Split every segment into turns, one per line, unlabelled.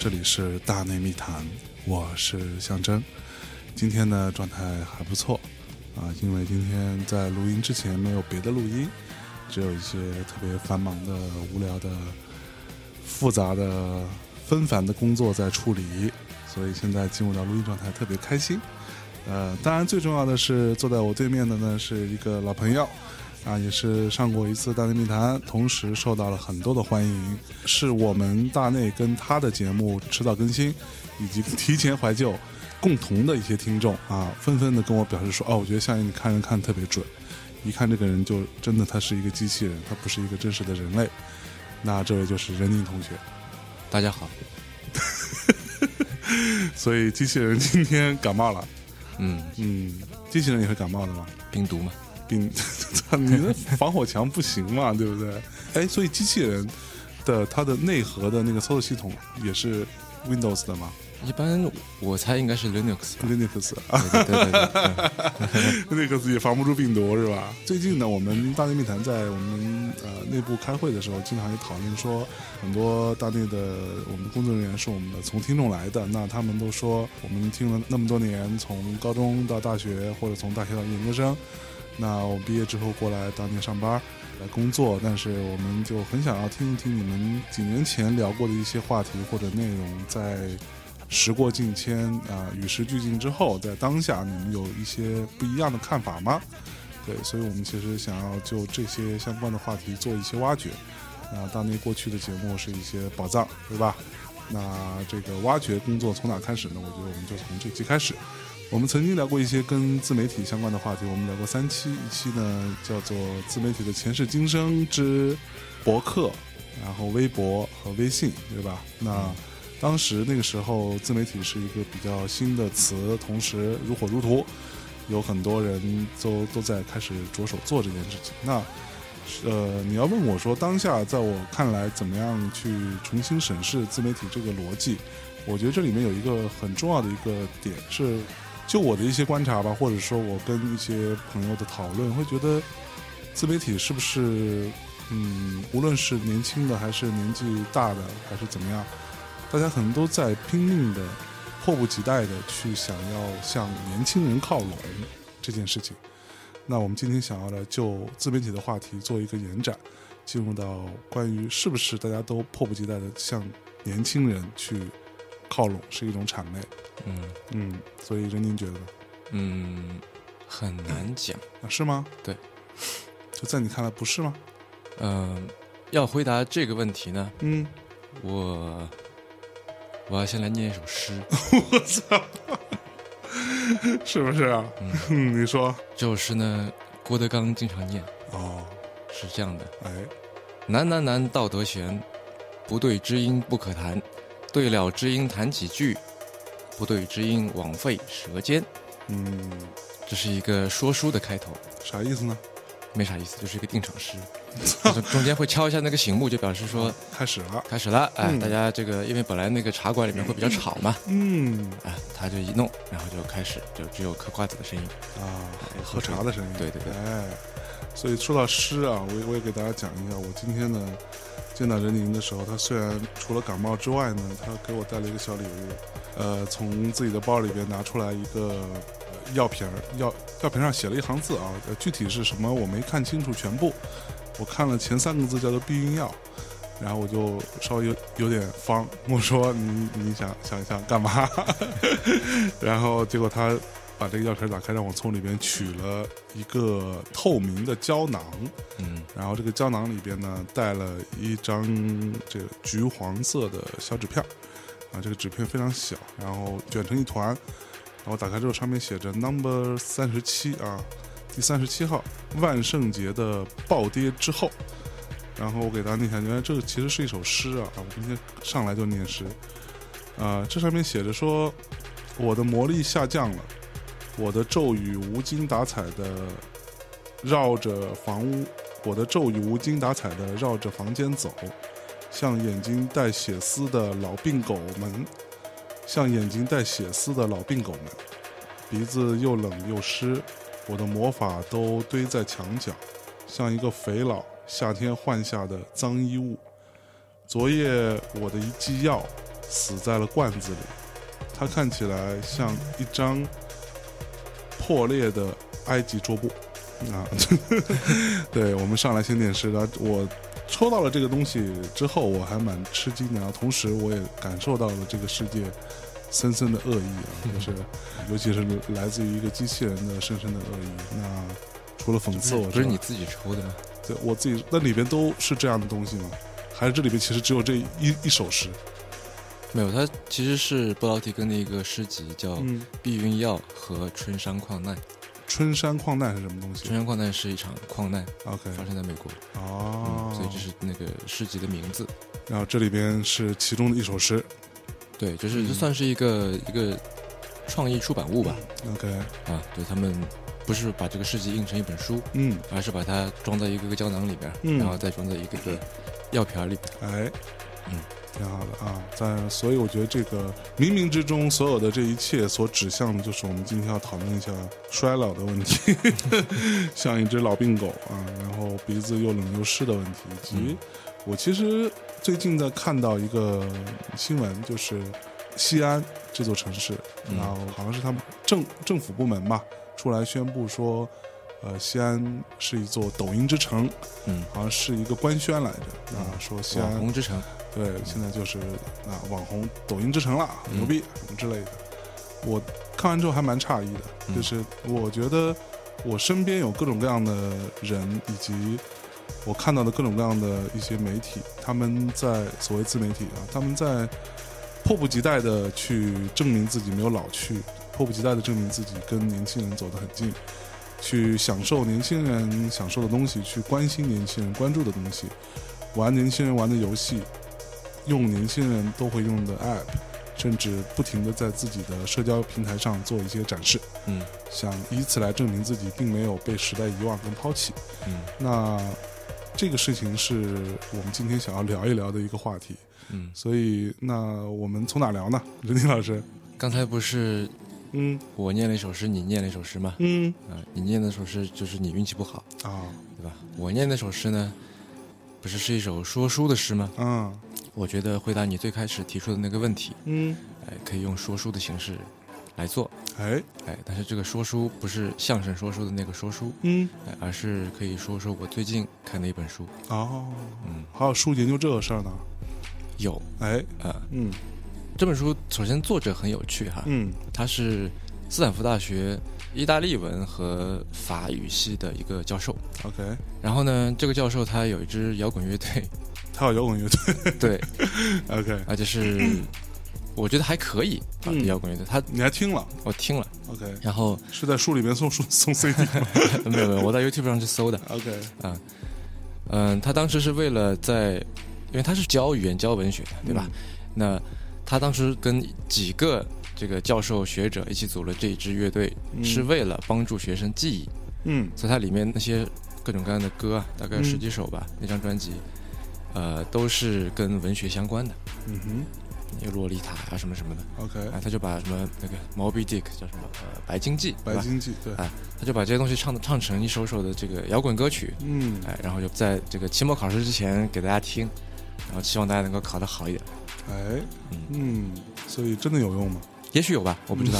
这里是大内密谈，我是象征。今天的状态还不错啊，因为今天在录音之前没有别的录音，只有一些特别繁忙的、无聊的、复杂的、纷繁的工作在处理，所以现在进入到录音状态特别开心。呃，当然最重要的是坐在我对面的呢是一个老朋友。啊，也是上过一次《大内密谈》，同时受到了很多的欢迎，是我们大内跟他的节目迟早更新，以及提前怀旧，共同的一些听众啊，纷纷的跟我表示说，哦，我觉得夏爷你看人看得特别准，一看这个人就真的他是一个机器人，他不是一个真实的人类。那这位就是任宁同学，
大家好，
所以机器人今天感冒了，
嗯，
嗯，机器人也会感冒的吗？
冰毒嘛，
并操 你的防火墙不行嘛，对不对？哎，所以机器人的它的内核的那个操作系统也是 Windows 的嘛
一般我猜应该是 Linux 吧。
，Linux 啊
对对对对对，
，Linux 也防不住病毒是吧？最近呢，我们大内密谈在我们呃内部开会的时候，经常也讨论说，很多大内的我们的工作人员是我们的从听众来的，那他们都说我们听了那么多年，从高中到大学，或者从大学到研究生，那我毕业之后过来当年上班来工作，但是我们就很想要听一听你们几年前聊过的一些话题或者内容，在时过境迁啊、与时俱进之后，在当下你们有一些不一样的看法吗？对，所以我们其实想要就这些相关的话题做一些挖掘。啊，大内过去的节目是一些宝藏，对吧？那这个挖掘工作从哪开始呢？我觉得我们就从这期开始。我们曾经聊过一些跟自媒体相关的话题，我们聊过三期，一期呢叫做“自媒体的前世今生之博客”，然后微博和微信，对吧？那当时那个时候，自媒体是一个比较新的词，同时如火如荼，有很多人都都在开始着手做这件事情。那呃，你要问我说，当下在我看来，怎么样去重新审视自媒体这个逻辑？我觉得这里面有一个很重要的一个点是，就我的一些观察吧，或者说我跟一些朋友的讨论，会觉得自媒体是不是，嗯，无论是年轻的还是年纪大的还是怎么样，大家可能都在拼命的、迫不及待的去想要向年轻人靠拢这件事情。那我们今天想要来就自媒体的话题做一个延展，进入到关于是不是大家都迫不及待的向年轻人去靠拢是一种谄媚。
嗯
嗯，所以任宁觉得呢？
嗯，很难讲。
啊，是吗？
对，
就在你看来不 是啊吗？
嗯、要回答这个问题呢，
嗯，
我我要先来念一首诗，
我操，是不是啊？ 嗯，你说
这首诗呢，郭德纲经常念，
哦，
是这样的：
哎，
难难难，道德悬，不对知音不可谈，对了知音谈几句，不对知音枉费舌尖。
嗯，
这是一个说书的开头。
啥意思呢？
没啥意思，就是一个定场诗， 就是中间会敲一下那个醒木，就表示说
开始了，
开始了。哎，
嗯
大家这个因为本来那个茶馆里面会比较吵嘛，
嗯
哎，他就一弄，然后就开始就只有嗑瓜子的声音。
啊，喝茶的声音，
对对对
哎，所以说到诗啊，我也我也给大家讲一下，我今天呢见到任宁的时候，他虽然除了感冒之外呢，他给我带了一个小礼物，呃，从自己的包里边拿出来一个呃药瓶儿，药药瓶上写了一行字啊，呃具体是什么我没看清楚全部，我看了前三个字叫做避孕药。然后我就稍微有有点方，我说你你想想想干嘛？ 然后结果他把这个药瓶打开，让我从里边取了一个透明的胶囊，
嗯
然后这个胶囊里边呢带了一张这个橘黄色的小纸片儿，啊，这个纸片非常小，然后卷成一团，然后打开之后上面写着 number 三十七啊，第三十七号，万圣节的暴跌之后。然后我给大家念一下，原来这其实是一首诗啊！啊我今天上来就念诗，啊、这上面写着说，我的魔力下降了，我的咒语无精打采的绕着房屋，我的咒语无精打采的绕着房间走，像眼睛带血丝的老病狗们，像眼睛带血丝的老病狗们，鼻子又冷又湿，我的魔法都堆在墙角，像一个肥佬夏天换下的脏衣物。昨夜我的一剂药死在了罐子里，它看起来像一张破裂的埃及桌布啊。 对我们上来先念诗，然后我抽到了这个东西之后，我还蛮吃惊的，然后同时我也感受到了这个世界深深的恶意啊，就是尤其是来自于一个机器人的深深的恶意。那除了讽刺我之外，
不是你自己抽的吗？
对我自己那里边都是这样的东西吗？还是这里边其实只有这一一首诗？
没有，它其实是布劳提根的一个诗集，叫《
嗯，
避孕药》和《春山矿难》。
春山矿难是什么东西
春山矿难是一场矿难，
？OK，
发生在美国，
哦
嗯，，所以这是那个诗集的名字。
然后这里边是其中的一首诗
对，就是
嗯
这算是一个一个创意出版物吧。
，OK，
啊，对他们不是把这个诗集印成一本书，
嗯，
而是把它装在一个个胶囊里边，
嗯
然后再装在一个个药瓶儿里边。
哎，
嗯，
挺好的啊，在所以我觉得这个冥冥之中所有的这一切所指向的就是我们今天要讨论一下衰老的问题， 像一只老病狗啊，然后鼻子又冷又湿的问题，以及、
嗯
我其实最近在看到一个新闻，就是西安这座城市，
嗯
然后好像是他们政政府部门吧出来宣布说，呃，西安是一座抖音之城，
嗯，
好像是一个官宣来着啊，说西
网
安
红之城，
对，现在就是啊，网红抖音之城了，
嗯
牛逼什么之类的。我看完之后还蛮诧异的，
嗯
就是我觉得我身边有各种各样的人，以及我看到的各种各样的一些媒体，他们在所谓自媒体啊，他们在迫不及待的去证明自己没有老去，迫不及待的证明自己跟年轻人走得很近，去享受年轻人享受的东西，去关心年轻人关注的东西，玩年轻人玩的游戏，用年轻人都会用的 app，甚至不停的在自己的社交平台上做一些展示，
嗯
想以此来证明自己并没有被时代遗忘跟抛弃。
嗯
那这个事情是我们今天想要聊一聊的一个话题，
嗯。
所以那我们从哪聊呢？任宁老师，
刚才不是
嗯
我念了一首诗，你念了一首诗吗？
嗯
啊、你念那首诗就是你运气不好，
啊
对吧？我念那首诗呢，不是是一首说书的诗吗？
嗯
我觉得回答你最开始提出的那个问题，
嗯，
哎，可以用说书的形式来做，
哎
哎，但是这个说书不是相声说书的那个说书，
嗯
哎，而是可以说说我最近看的一本书，
哦，
嗯，
还有书研究这个事儿呢，
有
哎
啊，
嗯
这本书首先作者很有趣哈，
嗯
他是斯坦福大学意大利文和法语系的一个教授，
，OK，
然后呢，这个教授他有一支摇滚乐队，
还有摇滚乐队
对，
，OK，
而且是 我觉得还可以啊，
嗯
摇滚乐队，他
你还听了
我听了，
，OK，
然后
是在书里面 送书送 CD 吗
没有没有，我在 YouTube 上去搜的，
？OK，
嗯，他当时是为了在，因为他是教语言教文学的，对吧？
嗯
那他当时跟几个这个教授学者一起组了这一支乐队，
嗯
是为了帮助学生记忆，
嗯
所以它里面那些各种各样的歌啊，大概有
嗯
十几首吧，那张专辑，呃，都是跟文学相关的，
嗯哼
有洛丽塔啊什么什么的，
，OK，
啊，他就把什么那个 Moby Dick 叫什么呃白鲸记，
白
对吧？
经济对，
他就把这些东西唱唱成一首首的这个摇滚歌曲，
嗯，
哎，然后就在这个期末考试之前给大家听，然后希望大家能够考得好一点，
哎
嗯，
嗯，所以真的有用吗？
也许有吧，我不知道。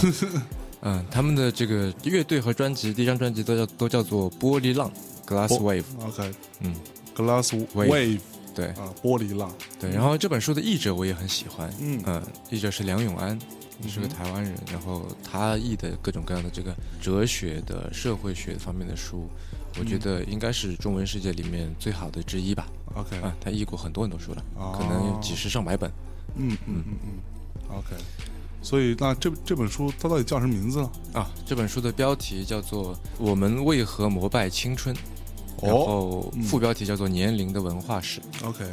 嗯，他们的这个乐队和专辑，第一张专辑都叫都叫做《玻璃浪》（Glass
玻
Wave）。
OK，
嗯，
，Glass
Wave
Wave
对
啊，玻璃浪，
对。然后这本书的译者我也很喜欢，
嗯
嗯，译者是梁永安，
嗯
是个
哼
台湾人，然后他译的各种各样的这个哲学的、社会学方面的书，我觉
嗯
得应该是中文世界里面最好的之一吧。
，OK，
啊，他译过很多很多书了，
哦
可能有几，十上百本。
嗯嗯嗯嗯，OK，所以那这这本书它到底叫什么名字呢？
啊，这本书的标题叫做《我们为何膜拜青春》，然
哦
后
嗯
副标题叫做《年龄的文化史》。
，OK，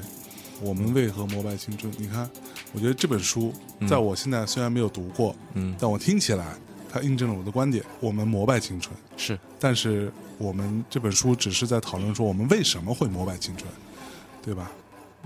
我们为何膜拜青春？你看，我觉得这本书
嗯
在我现在虽然没有读过，
嗯，
但我听起来它印证了我的观点，我们膜拜青春。
是，
但是我们这本书只是在讨论说我们为什么会膜拜青春，对吧？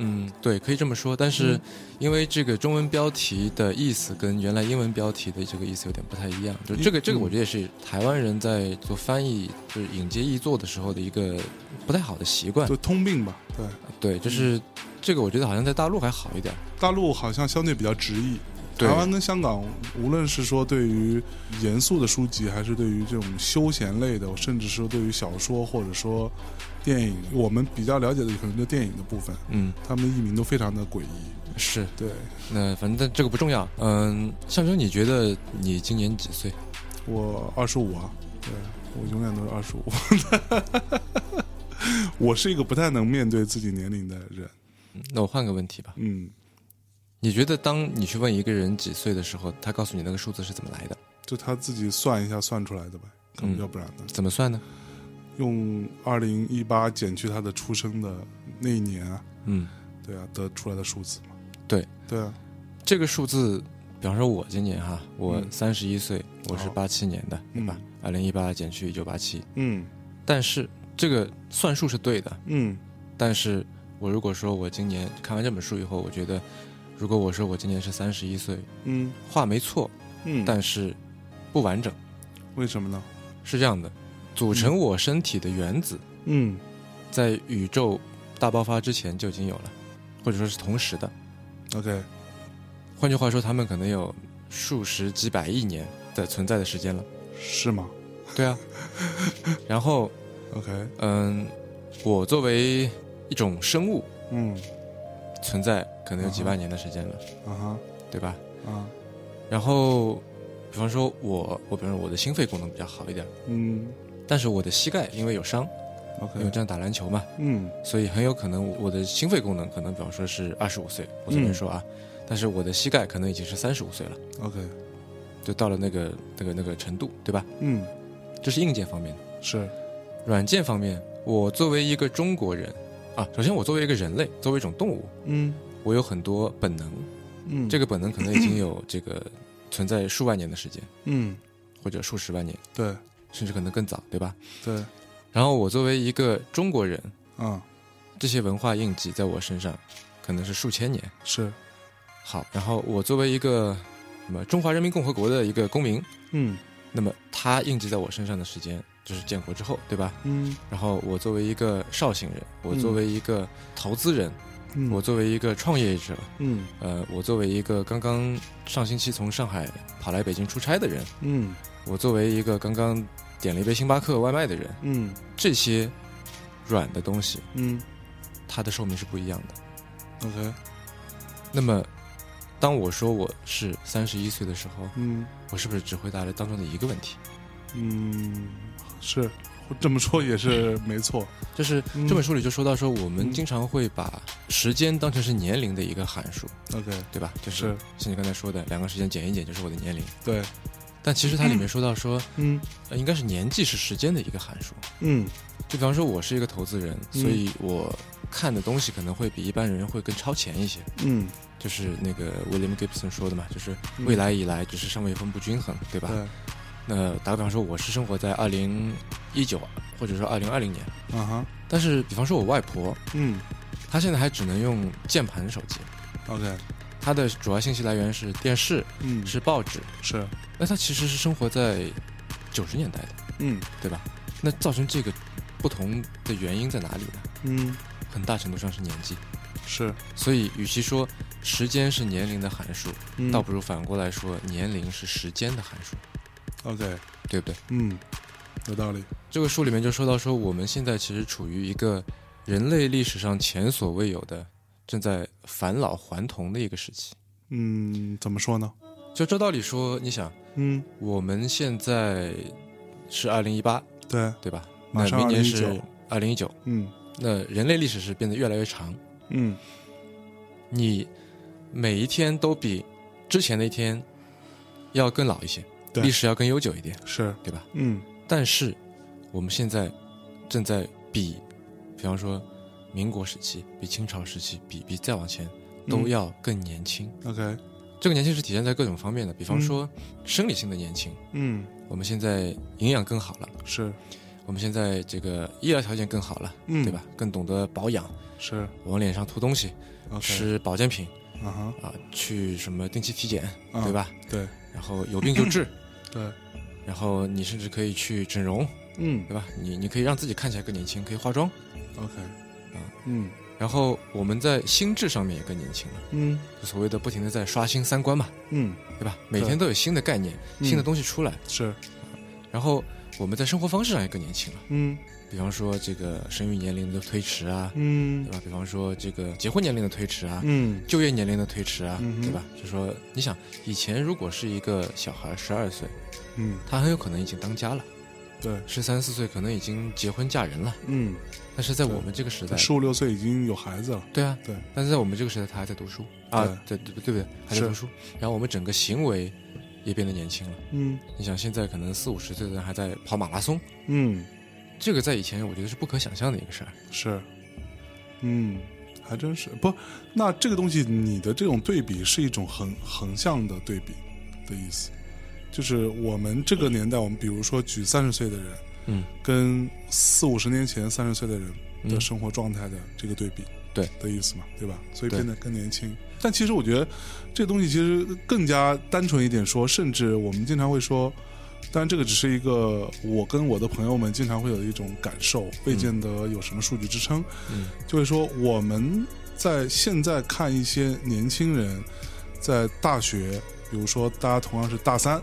嗯，对，可以这么说。但是，因为这个中文标题的意思跟原来英文标题的这个意思有点不太一样，就这个这个，我觉得也是台湾人在做翻译，就是引接译作的时候的一个不太好的习惯
就。嗯通病吧。对，
对，就是这个，我觉得好像在大陆还好一点。
大陆好像相对比较直译，
对
台湾跟香港，无论是说对于严肃的书籍，还是对于这种休闲类的，甚至说对于小说或者说电影，我们比较了解的可能就电影的部分，
嗯，
他们译名都非常的诡异。
是。
对
那反正这个不重要。嗯，象征，你觉得你今年几岁？
我二十五啊，对我永远都是二十五。 我是一个不太能面对自己年龄的人，
嗯那我换个问题吧。
嗯，
你觉得当你去问一个人几岁的时候，他告诉你那个数字是怎么来的？
就他自己算一下算出来的呗，可能
嗯
要不然呢？
怎么算呢？
用二零一八减去他的出生的那一年啊，
嗯，
对啊，得出来的数字嘛。
对
对啊，
这个数字，比方说我今年哈，我
嗯
三十一岁，我是
好
八七年的，对
嗯
吧？二零一八减去一九八七，
嗯
但是这个算术是对的，
嗯
但是我如果说我今年看完这本书以后，我觉得，如果我说我今年是三十一岁，
嗯
话没错，
嗯，
但是不完整，
为什么呢？
是这样的，组成我身体的原子
嗯
在宇宙大爆发之前就已经有了，或者说是同时的。
，OK，
换句话说，他们可能有数十几百亿年的存在的时间了。
是吗
对啊，然后
？OK，
嗯，我作为一种生物
嗯
存在，可能有几万年的时间了，
啊
对吧？
哈啊
然后，比方说我，我比方说我的心肺功能比较好一点，
嗯
但是我的膝盖因为有伤，因为
，OK，
这样打篮球嘛，
嗯
所以很有可能我的心肺功能可能比方说是二十五岁，我随便说啊，但是我的膝盖可能已经是三十五岁了，
，OK，
就到了那个那个那个程度，对吧？
嗯，
这是硬件方面的。
是，
软件方面，我作为一个中国人啊，首先我作为一个人类，作为一种动物，
嗯
我有很多本能，
嗯，
这
个
个本能可能已经有这个 存在数万年的时间，
嗯，
或者数十万年，
对
甚至可能更早，对吧？
对
然后我作为一个中国人，
啊，
这些文化印记在我身上可能是数千年。
是，
好，然后我作为一个什么中华人民共和国的一个公民，
嗯
那么它印记在我身上的时间就是建国之后，对吧？
嗯
然后我作为一个绍兴人，我作为一个投资人，
嗯，
我作为一个创业者，
嗯
呃，我作为一个刚刚上星期从上海跑来北京出差的人，
嗯
我作为一个刚刚点了一杯星巴克外卖的人，
嗯
这些软的东西，
嗯
它的寿命是不一样的。
，OK，
那么，当我说我是三十一岁的时候，
嗯
我是不是只回答了当中的一个问题？
嗯，是，这么说也是没 错，
就是
嗯
这本书里就说到说，我们
嗯
经常会把时间当成是年龄的一个函数，
OK，
对吧？就是
是
像你刚才说的，两个时间减一减就是我的年龄。
对，
但其实它里面说到说，
嗯
呃应该是年纪是时间的一个函数。
嗯
就比方说，我是一个投资人，
嗯
所以我看的东西可能会比一般人会更超前一些。
嗯，
就是那个 William Gibson 说的嘛，就是未来以来就是尚未分布均衡，对吧？
对，
那打个比方说，我是生活在二零一九或者说二零二零年，
啊哈，
但是比方说我外婆，
嗯
她现在还只能用键盘手机，
，OK，
她的主要信息来源是电视、
嗯
是报纸，
是，
那她其实是生活在九十年代的，
嗯
对吧？那造成这个不同的原因在哪里呢？
嗯
很大程度上是年纪，
是，
所以与其说时间是年龄的函数，
嗯
倒不如反过来说年龄是时间的函数，
OK，
对不对？
嗯，有道理，
这个书里面就说到说，我们现在其实处于一个人类历史上前所未有的正在返老还童的一个时期。
嗯，怎么说呢？
就照道理说，你想，
嗯，
我们现在是二零一八，
对，
对吧？
马
那
上
明年
2019
是二零一九，
嗯
那人类历史是变得越来越长，
嗯
你每一天都比之前的一天要更老一些，
对
历史要更悠久一点，
是，
对吧？
嗯
但是我们现在正在比，比方说民国时期，比清朝时期，比比再往前都要更年轻。
嗯 OK，
这个年轻是体现在各种方面的，比方说生理性的年轻，
嗯
我们现在营养更好了，
是，
我我们现在这个医疗条件更好了，
嗯
对吧？更懂得保养，
是
往脸上涂东西，
，OK，
吃保健品
啊哈，
啊，去什么定期体检，
嗯
对吧？
对
然后有病就治，
对，
然后你甚至可以去整容，
嗯
对吧？你你可以让自己看起来更年轻，可以化妆。
，OK，
啊
嗯
然后我们在心智上面也更年轻了，
嗯
就所谓的不停的在刷新三观嘛，
嗯，
对吧？每天都有新的概念、
嗯
新的东西出来，
是，
然后我们在生活方式上也更年轻了，
嗯
比方说这个生育年龄的推迟啊，
嗯
对吧？比方说这个结婚年龄的推迟啊，
嗯
就业年龄的推迟啊，
嗯哼
对吧？就说你想，以前如果是一个小孩十二岁，
嗯，
他很有可能已经当家了，
对，
十三四岁可能已经结婚嫁人了，
嗯，
但是在
对
我们这个时代，
十五六岁已经有孩子了，
对啊，
对，
但是在我们这个时代，他还在读书啊，对对对对不对？还在
是
读书，然后我们整个行为也变得年轻了。
嗯
你想，现在可能四五十岁的人还在跑马拉松，
嗯，
这个在以前我觉得是不可想象的一个事儿。
是，嗯，还真是不。那这个东西，你的这种对比是一种横横向的对比的意思，就是我们这个年代，我们比如说举三十岁的人
嗯，
跟四五十年前三十岁的人的
嗯
生活状态的这个对比，
对
的意思嘛，对吧？所以
对
变得更年轻。但其实我觉得这东西其实更加单纯一点说，甚至我们经常会说。当然，这个只是一个我跟我的朋友们经常会有的一种感受，未见得有什么数据支撑。
嗯，
就是说我们在现在看一些年轻人在大学，比如说大家同样是大三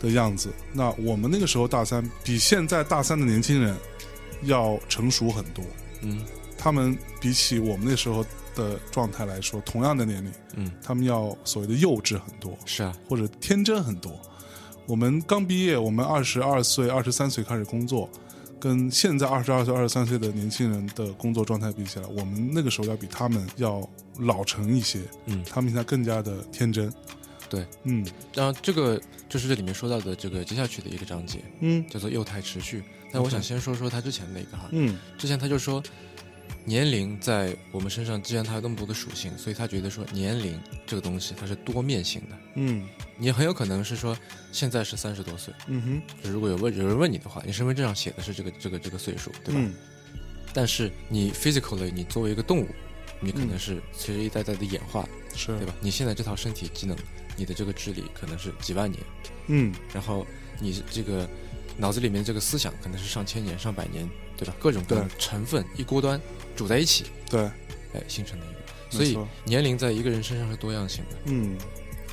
的样子，那我们那个时候大三比现在大三的年轻人要成熟很多。
嗯
他们比起我们那时候的状态来说，同样的年龄，
嗯，
他们要所谓的幼稚很多，
是啊，
或者天真很多。我们刚毕业，我们二十二岁、二十三岁开始工作，跟现在二十二岁、二十三岁的年轻人的工作状态比起来，我们那个时候要比他们要老成一些，
嗯
他们现在更加的天真。
对，
嗯
然后这个就是这里面说到的这个接下去的一个章节，
嗯
叫做幼态持续。但我想先说说他之前的一个哈，
嗯
之前他就说，年龄在我们身上，既然它有那么多个属性，所以他觉得说年龄这个东西它是多面性的。
嗯
你很有可能是说现在是三十多岁，
嗯哼，
就如果有问有人问你的话，你身份证上写的是这个这个这个岁数，对吧？
嗯
但是你 physically，你作为一个动物，你可
嗯
能是随着一代代的演化，
是
对吧？你现在这套身体机能，你的这个智力可能是几万年，
嗯
然后你这个脑子里面这个思想可能是上千年、上百年，对吧？各种各样的成分一锅端煮在一起，
对，
哎，形成的一个。
没
所以
错
年龄在一个人身上是多样性的。
嗯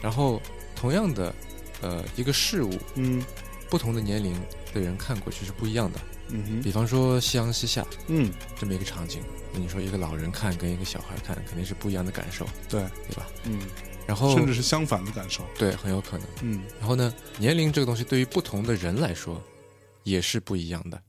然后同样的，呃，一个事物，
嗯
不同的年龄的人看过去是不一样的。
嗯哼
比方说夕阳西下，
嗯
这么一个场景，那你说一个老人看跟一个小孩看，肯定是不一样的感受，
对，
对吧？
嗯，
然后
甚至是相反的感受。
对，很有可能。
嗯
然后呢，年龄这个东西对于不同的人来说也是不一样的。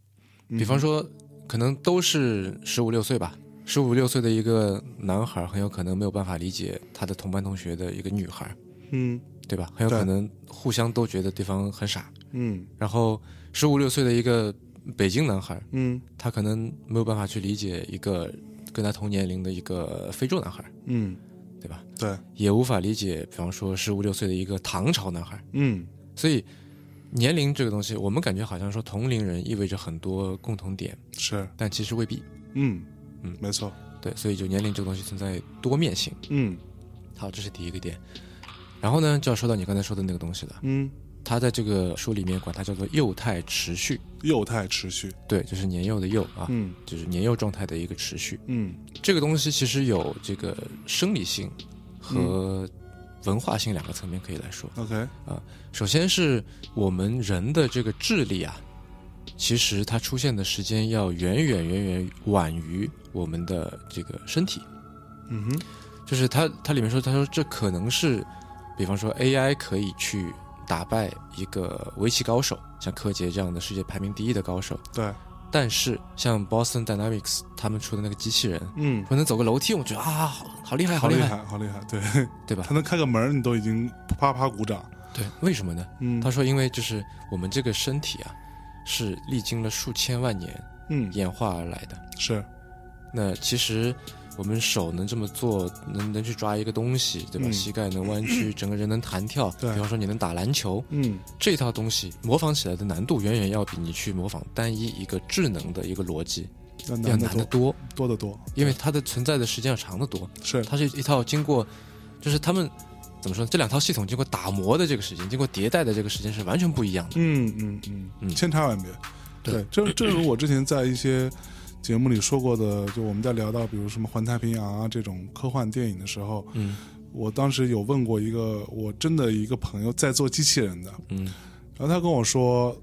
嗯
比方说，可能都是十五六岁吧，十五六岁的一个男孩很有可能没有办法理解他的同班同学的一个女孩，
嗯
对吧？很有
对
可能互相都觉得对方很傻。
嗯
然后十五六岁的一个北京男孩，
嗯
他可能没有办法去理解一个跟他同年龄的一个非洲男孩，
嗯，
对吧？
对，
也无法理解，比方说十五六岁的一个唐朝男孩。
嗯
所以，年龄这个东西，我们感觉好像说同龄人意味着很多共同点，
是，
但其实未必。
嗯
嗯
没错，
对，所以就年龄这个东西存在多面性。
嗯
好，这是第一个点。然后呢，就要说到你刚才说的那个东西了。
嗯，
他在这个书里面管它叫做幼态持续，
幼态持续，
对，就是年幼的幼啊，
嗯
就是年幼状态的一个持续。
嗯
这个东西其实有这个生理性和文化性两个层面可以来说。
，OK，
首先是我们人的这个智力啊，其实它出现的时间要远远远远晚于我们的这个身体。
嗯哼，
就是它它里面说，他说这可能是，比方说 AI 可以去打败一个围棋高手，像柯洁这样的世界排名第一的高手，
对，
但是像 Boston Dynamics 他们出的那个机器人。
嗯，
我能走个楼梯，我觉得啊，好好厉害，
好
厉害，
害，好厉害，对，
对吧
他？能开个门儿，你都已经啪啪鼓掌，
对，为什么呢？
嗯，
他说，因为就是我们这个身体啊，是历经了数千万年
嗯
演化而来的。
是，
那其实我们手能这么做，能能去抓一个东西，对吧？
嗯
膝盖能弯曲， 整个人能弹跳。
对
比方说你能打篮球，
嗯
这套东西模仿起来的难度远远要比你去模仿单一一个智能的一个逻辑
那
要
难得
难得
多多
多，
得多，
因为它的存在的时间要长得多。
是
它是一套经过，就是他们怎么说呢？这两套系统经过打磨的这个时间，经过迭代的这个时间是完全不一样的。
嗯嗯嗯，
嗯
千差万别。
对
对，这这如我之前在一些节目里说过的，就我们在聊到比如什么《环太平洋》啊这种科幻电影的时候，
嗯
我当时有问过一个我真的一个朋友在做机器人的，
嗯
然后他跟我说，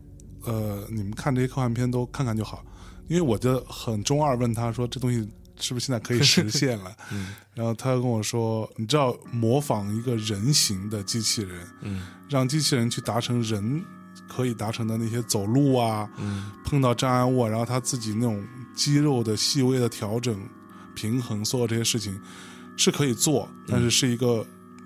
呃，你们看这些科幻片都看看就好，因为我就很中二问他说这东西是不是现在可以实现了？
嗯
然后他跟我说，你知道模仿一个人形的机器人，
嗯
让机器人去达成人可以达成的那些走路啊，
嗯
碰到障碍物啊，然后他自己那种肌肉的细微的调整、平衡，所有这些事情是可以做，但是
嗯
是一个、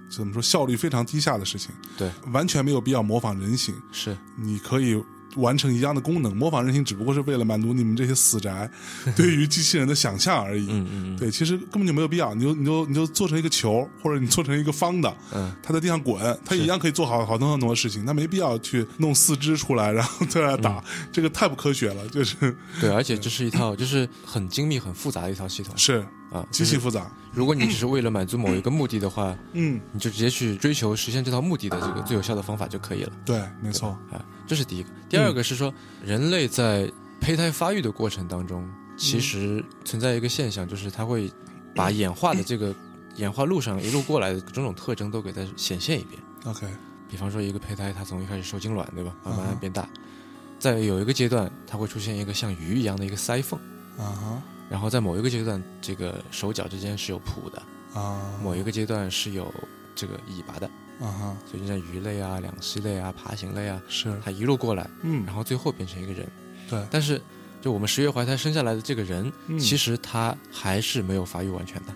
怎么说效率非常低下的事情。
对，
完全没有必要模仿人形，
是
你可以。完成一样的功能，模仿人形只不过是为了满足你们这些死 宅对于机器人的想象而已。
嗯嗯
对，其实根本就没有必要，你就你就你就做成一个球，或者你做成一个方的，
嗯
它在地上滚，它一样可以做好好多很多事情，它没必要去弄四肢出来然后在那打，这个太不科学了，就是
嗯，对，而且这是一套就是很精密、很复杂的一套系统
是
啊。
极
就
其
是
复杂。
如果你只是为了满足某一个目的的话，
嗯，
你就直接去追求实现这套目的的这个最有效的方法就可以了。
对，没错，
啊，这是第一个。第二个是说，人类在胚胎发育的过程当中，其实存在一个现象，就是它会把演化的这个 演化路上一路过来的种种特征都给它显现一遍。
OK，
比方说，一个胚胎它从一开始受精卵，对吧，慢慢
嗯
慢
哼
变大，在有一个阶段，它会出现一个像鱼一样的一个鳃缝，
啊
然后在某一个阶段，这个手脚之间是有蹼的，
哈，啊，
某一个阶段是有这个尾巴的。
啊哈，
所以就像鱼类啊、两栖类啊、爬行类啊，
是，
它一路过来，
嗯
然，后最后变成一个人。
对，
但是，就我们十月怀胎生下来的这个人，
嗯
其实他还是没有发育完全的。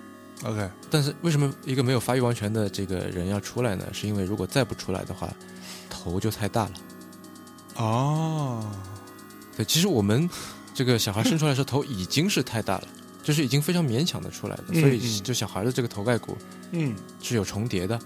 OK，
但是为什么一个没有发育完全的这个人要出来呢？是因为如果再不出来的话，头就太大了。
哦，
对，其实我们这个小孩生出来的时候，头已经是太大了，就是已经非常勉强的出来了。
嗯
所
嗯
以，就小孩的这个头盖骨
嗯，
是有重叠的，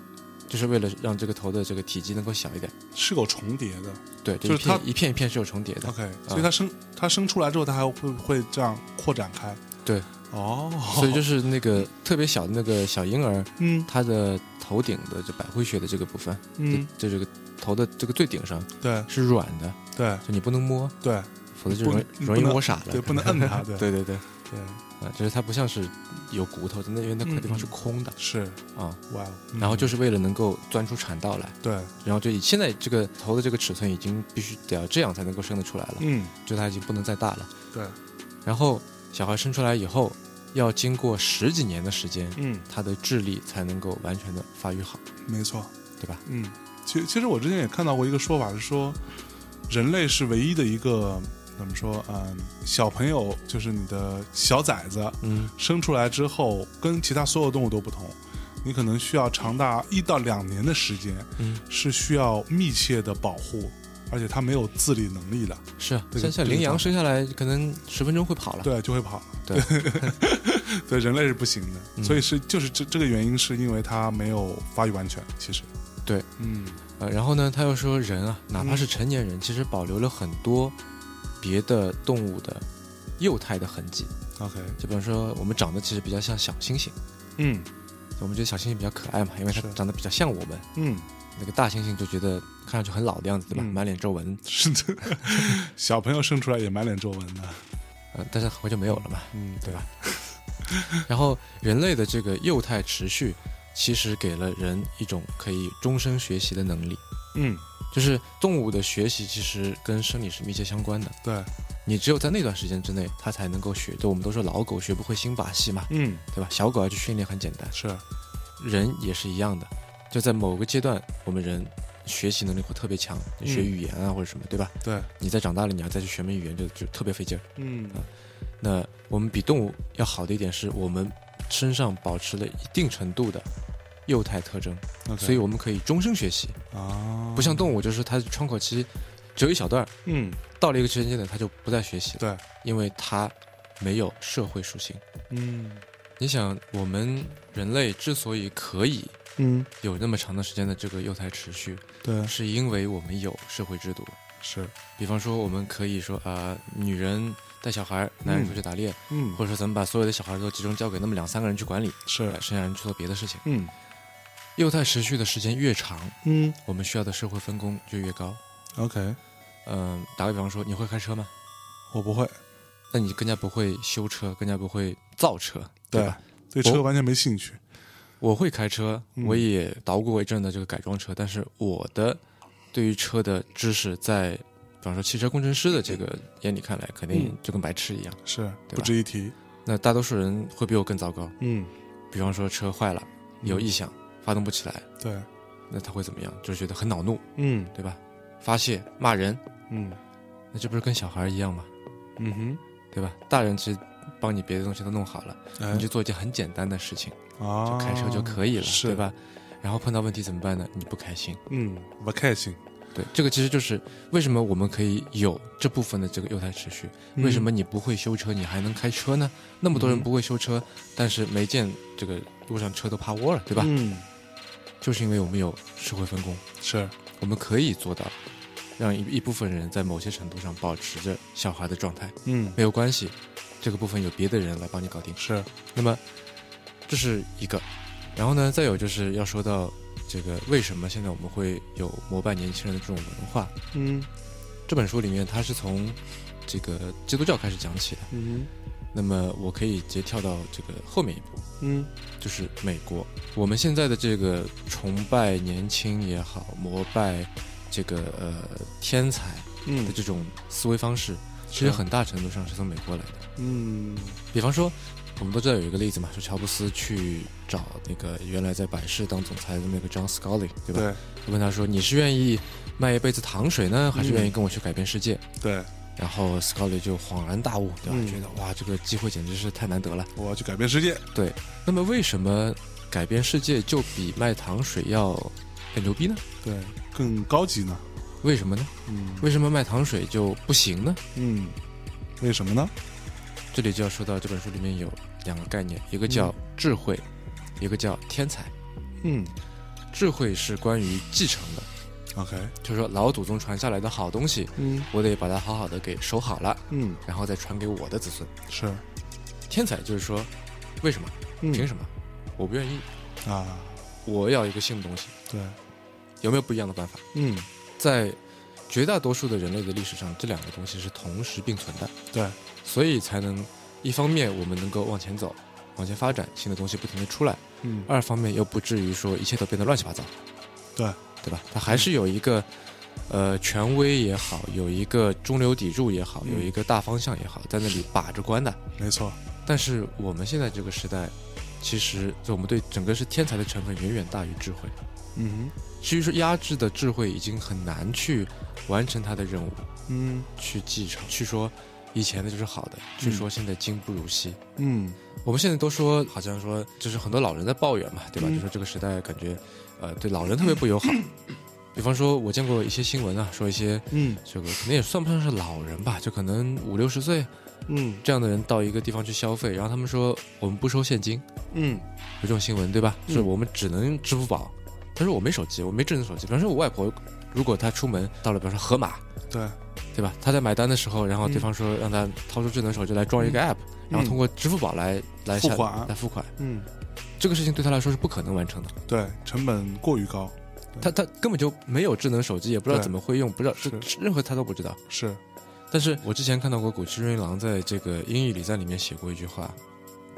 就是为了让这个头的这个体积能够小一点。
是有重叠的
对，这
就
一
是它哦
片一片一片是有重叠的。
，OK，所以它生它生出来之后，它还会会这样扩展开，
对，
哦，，
所以就是是那个特别小的那个小婴儿，
嗯
他的头顶的这百会穴的这个部分，
嗯，
就这个头的这个最顶上
对
是软的，
对
就你不能摸，
对
否则就
不
容易
你
容易
不能
摸傻了。
对，不能摁它，对
对对对，
对，
啊，就是它不像是有骨头的，那因为那块地方是空的
是，
啊。
哇，嗯
然后就是为了能够钻出产道来，
对，
然后就以现在这个头的这个尺寸已经必须得要这样才能够生得出来了，
嗯，
就它已经不能再大了。
对，
然后小孩生出来以后，要经过十几年的时间，
嗯，
他的智力才能够完全的发育好，
没错，
对吧？
嗯，其实其实我之前也看到过一个说法是说，人类是唯一的一个怎么说，嗯，小朋友就是你的小崽子
嗯
生出来之后，跟其他所有动物都不同。你可能需要长达一到两年的时间，
嗯，
是需要密切的保护，而且它没有自理能力的，
是啊，
这个
像像
这个
羚羊
状
生下来可能十分钟会跑了，
对，就会跑了。
啊对
对，人类是不行的，
嗯
所以是就是这这个原因，是因为它没有发育完全。其实，
对，
嗯，
呃，然后呢，他又说人啊，哪怕是成年人，其实保留了很多别的动物的幼态的痕迹。
OK，
就比方说，我们长得其实比较像小猩猩，
嗯
我们觉得小猩猩比较可爱嘛，因为它
是
长得比较像我们。
嗯，
那个大猩猩就觉得看上去很老的样子，对吧？
嗯
满脸皱纹，
是的，小朋友生出来也满脸皱纹的，
呃，但是很快就没有了嘛。
嗯，
对吧？然后人类的这个幼态持续，其实给了人一种可以终身学习的能力。
嗯，
就是动物的学习其实跟生理是密切相关的，
对，
你只有在那段时间之内，它才能够学。对，我们都说老狗学不会新把戏嘛，
嗯，
对吧？小狗啊要去训练很简单，
是，
人也是一样的，就在某个阶段，我们人学习能力会特别强，你学
嗯
语言啊或者什么，对吧？
对，
你再长大了，你要再去学门语言就就特别费劲儿。
嗯
那我们比动物要好的一点是我们身上保持了一定程度的幼态特征，
，OK，
所以我们可以终生学习，
啊，
不像，动物就是它的窗口期只有一小段儿，
嗯，
到了一个时间节点它就不再学习了，
对，
因为它没有社会属性。
嗯，
你想，我们人类之所以可以
嗯，
有那么长的时间的这个幼态持续，
对，
是因为我们有社会制度。
是，
比方说，我们可以说啊、呃女人带小孩，男人出去打猎，
嗯，
或者说咱们把所有的小孩都集中交给那么两三个人去管理，
是
呃，剩下人去做别的事情。
嗯
幼态持续的时间越长，
嗯
我们需要的社会分工就越高。
，OK，
嗯、打个比方说，你会开车吗？
我不会，
那你更加不会修车，更加不会造车，
对
吧？，哦
对
我
车完全没兴趣，
我会开车，
嗯
我也捣鼓过一阵的这个改装车，但是我的对于车的知识在，比方说汽车工程师的这个眼里看来，肯定
嗯
就跟白痴一样。
是
对
不
吧
值一提，
那大多数人会比我更糟糕，
嗯，
比方说车坏了，有异响，发动不起来，
对，
那他会怎么样？就是觉得很恼怒，
嗯
对吧？发泄骂人，
嗯
那这不是跟小孩一样吗？
嗯
对吧？大人其实帮你别的东西都弄好了，
哼，哎
你就做一件很简单的事情，
啊，
就开车就可以了，
是
对？吧？然后碰到问题怎么办呢？你不开心。
嗯，不开心，
对，这个其实就是为什么我们可以有这部分的这个幼态持续。为什么你不会修车，你还能开车呢？那么多人
嗯
不会修车，但是没见这个路上车都趴窝了，
对
对吧？
嗯，
就是因为我们有社会分工，
是，
我们可以做到让一一部分人在某些程度上保持着小孩的状态，
嗯
没有关系，这个部分有别的人来帮你搞定。
是，
那么这是一个，然后呢，再有就是要说到这个为什么现在我们会有膜拜年轻人的这种文化，
嗯
这本书里面，它是从这个基督教开始讲起的。
嗯
那么我可以直接跳到这个后面一步，
嗯
就是美国。我们现在的这个崇拜年轻也好，膜拜这个呃天才的
嗯，
这种思维方式，其实很大程度上是从美国来的。
嗯
比方说，我们都知道有一个例子嘛，是乔布斯去找那个原来在百事当总裁的那个 John Scully，对吧？
对
问他说：“你是愿意卖一辈子糖水呢，还是愿意跟我去改变世界？”
对，
然后 Scully 就恍然大悟，对吧？
嗯
觉得哇，这个机会简直是太难得了。
我要去改变世界，
对，那么为什么改变世界就比卖糖水要更牛逼呢？
对，更高级呢，
为什么呢？
嗯
为什么卖糖水就不行呢？
嗯，为什么呢？
这里就要说到这本书里面有两个概念，一个叫智慧，一个叫天才。
嗯
智慧是关于继承的，
，OK，
就是说老祖宗传下来的好东西，
嗯
我得把它好好的给收好了，
嗯
然后再传给我的子孙。
是，
天才就是说，为什么？
嗯
凭什么？我不愿意，
啊，
我要一个新的东西。
对，
有没有不一样的办法？
嗯
在绝大多数的人类的历史上，这两个东西是同时并存的，
对，
所以才能一方面我们能够往前走，往前发展，新的东西不停的出来；
嗯
二方面又不至于说一切都变得乱七八糟，
对
对吧？它还是有一个呃权威也好，有一个中流砥柱也好，
嗯
有一个大方向也好，在那里把着关的。
没错，
但是我们现在这个时代，其实就我们对整个是天才的成分远远大于智慧。
嗯
至于说压制的智慧已经很难去完成它的任务，
哼嗯
去继承，去说以前的就是好的，去说现在今不如昔。
嗯
我们现在都说，好像说就是很多老人在抱怨嘛，对吧？
嗯
就说这个时代感觉，呃，对老人特别不友好。 比方说，我见过一些新闻啊，说一些
嗯
这个可能也算不上是老人吧，就可能五六十岁
嗯
这样的人到一个地方去消费，然后他们说我们不收现金，
嗯
有这种新闻对吧？
嗯
是我们只能支付宝。他说我没手机，我没智能手机。比方说，我外婆如果她出门到了，比方说盒马，
对，
对吧？她在买单的时候，然后
嗯
对方说让她掏出智能手机来装一个 app，、然后通过支付宝来来下
付款
来付款。
嗯
这个事情对她来说是不可能完成的，
对，成本过于高，
她她根本就没有智能手机，也不知道
对
怎么会用，不知道
是
这任何她都不知道。
是，
但是我之前看到过古崎润一郎在这个英语礼赞里面写过一句话，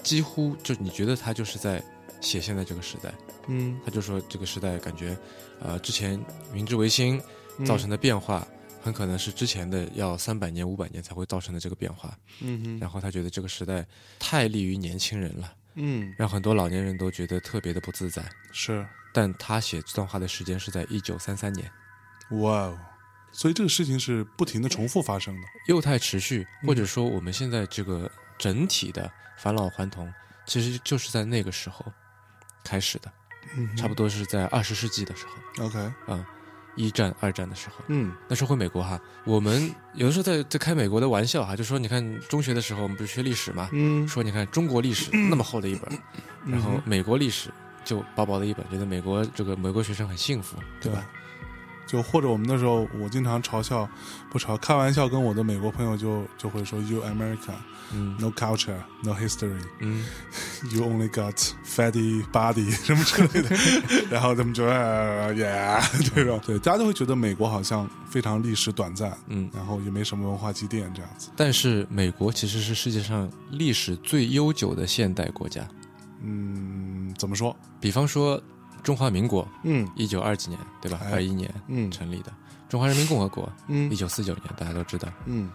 几乎就你觉得他就是在写现在这个时代。
嗯，
他就说这个时代感觉，呃，之前明治维新
嗯
造成的变化，很可能是之前的要三百年、五百年才会造成的这个变化。
嗯哼
然后他觉得这个时代太利于年轻人了，
嗯
让很多老年人都觉得特别的不自在。
是，
但他写这段话的时间是在一九三三年，
哇哦，所以这个事情是不停的重复发生的，
幼态持续，或者说我们现在这个整体的返老还童，其实就是在那个时候开始的，
嗯
差不多是在二十世纪的时候。
多，OK，
啊、一战、二战的时候，
嗯
那时候回美国哈，我们有的时候在在开美国的玩笑哈，就说你看中学的时候我们不是学历史嘛，
嗯
说你看中国历史那么厚的一本，然后美国历史就薄薄的一本，觉得美国这个美国学生很幸福，对吧？？
就或者我们那时候，我经常嘲笑，不嘲开玩笑，跟我的美国朋友就就会说，You America,
嗯
no culture, no history,
嗯，
you only got fatty body 什么之类的，然后他们就呃 yeah 这种，对，大家就会觉得美国好像非常历史短暂，
嗯
然后也没什么文化积淀这样子，
但是美国其实是世界上历史最悠久的现代国家，
嗯，怎么说？
比方说中华民国
嗯
一九二几年对吧？
哎
二一年
嗯
成立的，中华人民共和 国一
嗯
九四九年大家都知道。
嗯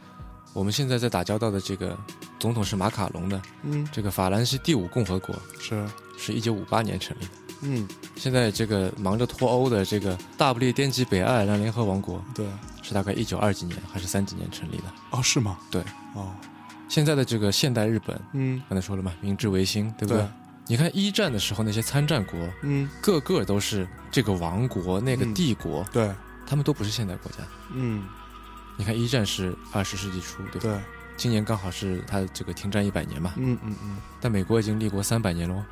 我们现在在打交道的这个总统是马卡龙的，
嗯，
这个法兰西第五共和国
是，
是一九五八年成立的。
嗯，
现在这个忙着脱欧的这个大不列颠及北爱尔兰联合王国
对，
是大概一九二几年还是三几年成立的。
哦，是吗？
对，
哦，
现在的这个现代日本，
嗯，
刚才说了嘛，明治维新，对不对
对？
你看一战的时候，那些参战国
嗯，
个个都是这个王国、那个
嗯
帝国，
对，
他们都不是现代国家。
嗯，
你看一战是二十世纪初，对吧？
对，
今年刚好是它这个停战一百年嘛，
嗯嗯嗯。
但美国已经立国三百年喽。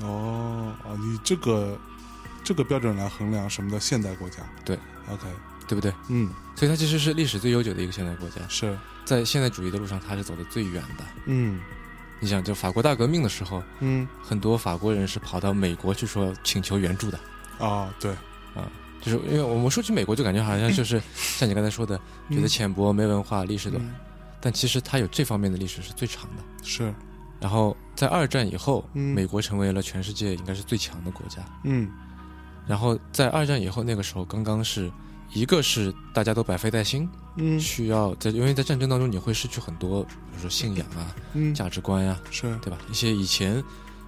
哦哦，以这个这个标准来衡量什么的现代国家？
对
，OK，
对不对？
嗯，
所以它其实是历史最悠久的一个现代国家，
是，
在现代主义的路上，它是走得最远的。
嗯
你想，就法国大革命的时候，
嗯，
很多法国人是跑到美国去说请求援助的，
哦，对，
就是因为我们说起美国就感觉好 像就是像你刚才说的，觉得
嗯
浅薄、没文化、历史短，
嗯
但其实它有这方面的历史是最长的。
是，
然后在二战以后，
嗯
美国成为了全世界应该是最强的国家。
嗯
然后在二战以后，那个时候刚刚是一个是大家都百废待兴，
嗯
需要在因为在战争当中你会失去很多，比如说信仰啊、
嗯，
价值观呀、啊
是，
对吧？一些以前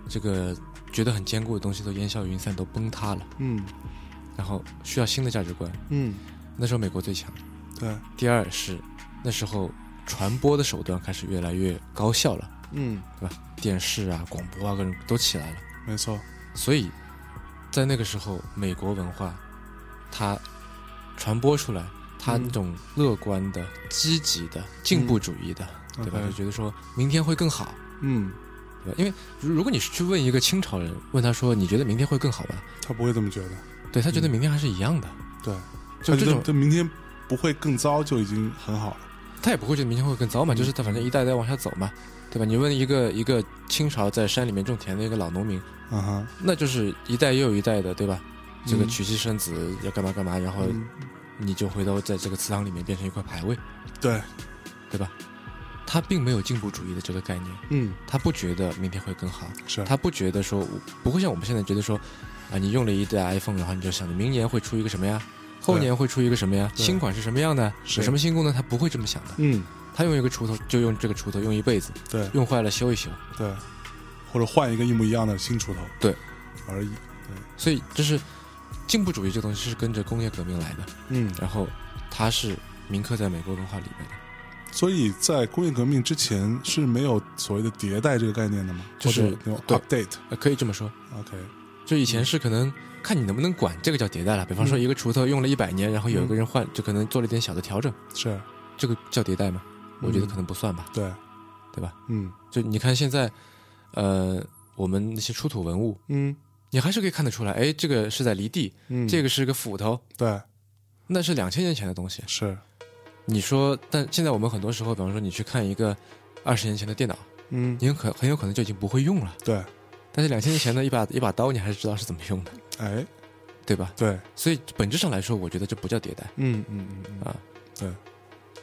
这个觉得很坚固的东西都烟消云散，都崩塌了，
嗯
然后需要新的价值观。
嗯，
那时候美国最强。
对，
第二是那时候传播的手段开始越来越高效了，
嗯，
电视啊、广播啊，各种都起来了。
没错，
所以在那个时候，美国文化它传播出来，它
嗯
那种乐观的、积极的、进步主
嗯
义的，对吧？
OK
就觉得说明天会更好，
嗯，
对吧？因为如如果你是去问一个清朝人，问他说你觉得明天会更好吧，
他不会这么觉得，
对他觉得
嗯
明天还是一样的，
对，
就
他觉
这种
得他明天不会更糟就已经很好了，
他也不会觉得明天会更糟嘛，
嗯
就是他反正一代一代往下走嘛，对吧？你问一个一个清朝在山里面种田的一个老农民，
嗯哼，
那就是一代又一代的，对吧？这个
嗯
娶妻生子要干嘛干嘛，然后
嗯
你就回头在这个祠堂里面变成一块牌位，
对，
对吧？他并没有进步主义的这个概念，
嗯，
他不觉得明天会更好，
是，
他不觉得说不会像我们现在觉得说，啊，你用了一代 iPhone，然后你就想着明年会出一个什么呀，后年会出一个什么呀，
对
新款是什么样的，
是
有什么新功能，他不会这么想的。
嗯，
他用一个锄头就用这个锄头用一辈子，
对
用坏了修一修。
对，或者换一个一模一样的新锄头，
对，
而已，
所以就是进步主义这东西是跟着工业革命来的，
嗯。
然后它是铭刻在美国文化里面的。
所以在工业革命之前是没有所谓的迭代这个概念的吗？
就是
或者那种
对
update。
呃，可以这么说，
OK，
就以前是可能看你能不能管这个叫迭代
嗯
了。比方说一个锄头用了一百年，然后有一个人换，就可能做了一点小的调整，
是
这个叫迭代吗？我觉得
嗯
可能不算吧。
对，
对吧？
嗯
就你看现在，呃，我们那些出土文物，
嗯
你还是可以看得出来，哎，这个是在犁地，
嗯，
这
个
个是个斧头，
对
那是两千年前的东西。
是，
你说，但现在我们很多时候，比方说你去看一个二十年前的电脑，
嗯
你很可很有可能就已经不会用了。
对，
但是两千年前的一把一把刀，你还是知道是怎么用的，
哎
对吧？
对，
所以本质上来说，我觉得这不叫迭代
嗯嗯嗯嗯
啊，
对，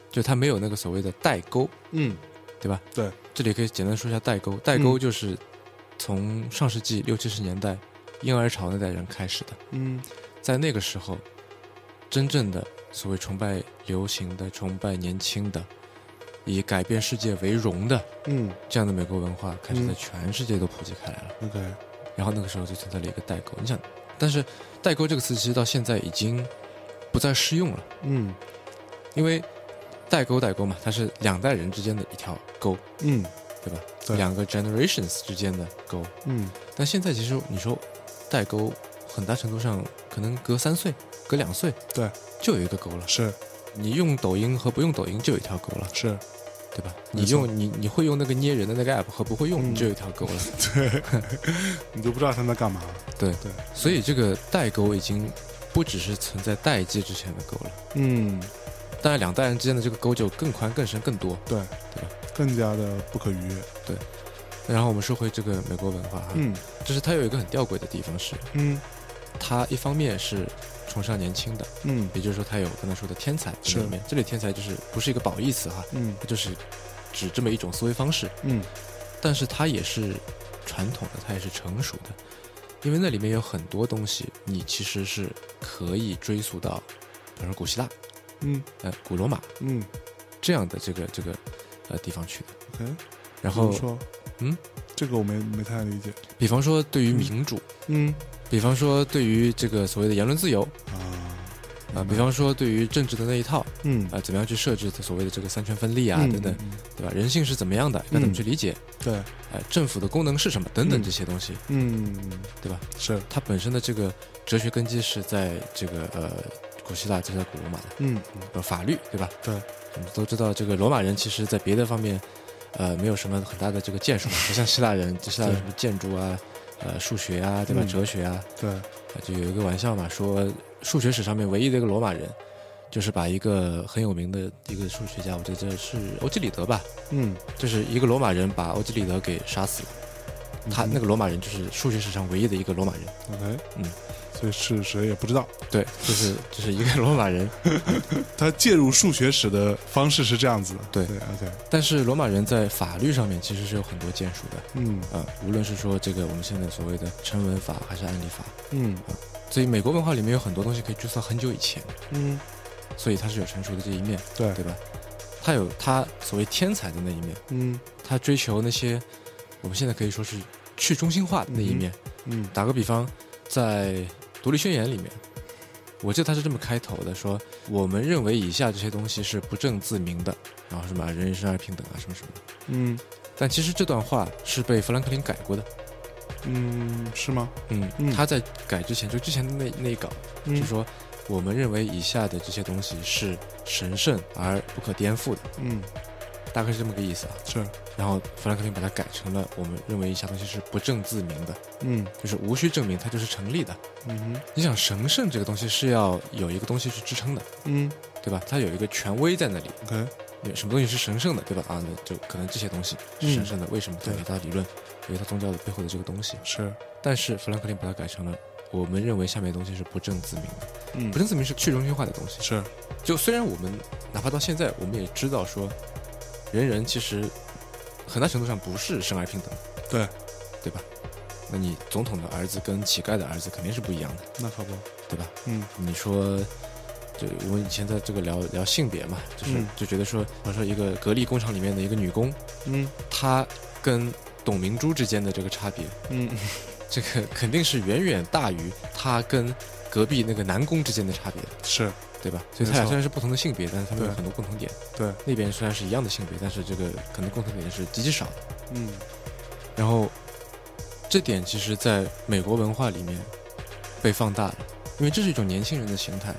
就它没有那个所谓的代沟，
嗯
对吧？
对，嗯
这里可以简单说一下代沟。代沟就是从上世纪六七十年代婴儿潮那代人开始的，
嗯
在那个时候，真正的所谓崇拜流行的、崇拜年轻的、以改变世界为荣的
嗯
这样的美国文化，开始在
嗯
全世界都普及开来了。
，OK，
然后那个时候就存在了一个代沟。你想，但是代沟这个词其实到现在已经不再适用了，
嗯
因为代沟代沟嘛，它是两代人之间的一条沟，
嗯
对吧？
对
两个 generations 之间的沟。
嗯
但现在其实你说代沟，很大程度上可能隔三岁隔两岁
对，
就有一个沟了。
是
你用抖音和不用抖音就有一条沟了，
是，
对吧？
没
你
错
用你你会用那个捏人的那个 app 和不会用
嗯
就有一条沟 了。
对，你都不知道他在干嘛了。
所以这个代沟已经不只是存在代际之前的沟了，
嗯，
当然两代人之间的这个沟就更宽、更深、更多。
对，
对吧？
更加的不可逾越。
然后我们说回这个美国文化哈，
嗯
就是它有一个很吊诡的地方是，
嗯
它一方面是崇尚年轻的，
嗯
也就是说它有刚才说的天才在里面。这里天才就是不是一个褒义词哈，
嗯
它就是指这么一种思维方式，
嗯
但是它也是传统的，它也是成熟的，因为那里面有很多东西，你其实是可以追溯到，比如说古希腊、
嗯
呃古罗马
嗯
这样的这个这个呃地方去的。
，OK。
然
怎么
后，
说，
嗯，
这个我没没太理解。
比方说对于民主，
嗯
比方说对于这个所谓的言论自由，
啊
啊、比方说对于政治的那一套，
嗯
啊、怎么样去设置所谓的这个三权分立啊，
嗯
等等，
嗯
对吧？人性是怎么样的，该怎么去理解？
对，
呃，政府的功能是什么？等等
嗯
这些东西，
嗯
对吧？
是
它本身的这个哲学根基是在这个呃古希腊，就在古罗马的，
嗯
呃，法律，对吧？
对，
我们都知道这个罗马人其实在别的方面，呃，没有什么很大的这个建树，不像希腊人，这希腊人
对
什么建筑啊、呃数学啊，对吧？
嗯
哲学啊，
对
啊，就有一个玩笑嘛，说数学史上面唯一的一个罗马人，就是把一个很有名的一个数学家，我记得是欧几里得吧，
嗯
就是一个罗马人把欧几里得给杀死了。他
嗯
那个罗马人就是数学史上唯一的一个罗马人，
OK
嗯，
所以是谁也不知道。
对，就是就是一个罗马人。
他介入数学史的方式是这样子的。
对
对，OK，
但是罗马人在法律上面其实是有很多建树的，
嗯
啊，无论是说这个我们现在所谓的成文法还是案例法，
嗯
所以美国文化里面有很多东西可以追溯到很久以前，
嗯，
所以它是有成熟的这一面，
对，
对吧？它有它所谓天才的那一面，
嗯
他追求那些我们现在可以说是去中心化的那一面。
嗯
打个比方，在《独立宣言》里面，我记得他是这么开头的：说我们认为以下这些东西是不证自明的，然后什么人人生而平等啊，什么什么的。
嗯
但其实这段话是被富兰克林改过的。
嗯，是吗？
嗯，
嗯
他在改之前，就之前的那那一稿、
嗯
是说，我们认为以下的这些东西是神圣而不可颠覆的，
嗯
大概是这么个意思啊。
是
然后富兰克林把它改成了我们认为以下东西是不证自明的。
嗯
就是无需证明它就是成立的。
嗯哼
你想神圣这个东西是要有一个东西去支撑的，
嗯
对吧？它有一个权威在那里，
OK
有什么东西是神圣的，对吧？啊，那就可能这些东西是神圣的，为什么它
嗯对
有它理论，有它宗教的背后的这个东西？
是
但是富兰克林把它改成了。我们认为下面的东西是不证自明的，
嗯
不证自明是去中心化的东西。
是
就虽然我们哪怕到现在，我们也知道说，人人其实很大程度上不是生而平等，
对，
对吧？那你总统的儿子跟乞丐的儿子肯定是不一样的，
那可不
对吧？
嗯
你说，就我们以前在这个聊聊性别嘛，就是、
嗯
就觉得说，我说一个格力工厂里面的一个女工，
嗯
她跟董明珠之间的这个差别，
嗯
这个 肯定是远远大于她跟隔壁那个男工之间的差别的，
是
对吧？所以
没
他俩
错
虽然是不同的性别，但是他们有
对
很多共同点。
对
那边虽然是一样的性别，但是这个可能共同点是极其少的。
嗯
然后，这点其实在美国文化里面被放大了，因为这是一种年轻人的形态。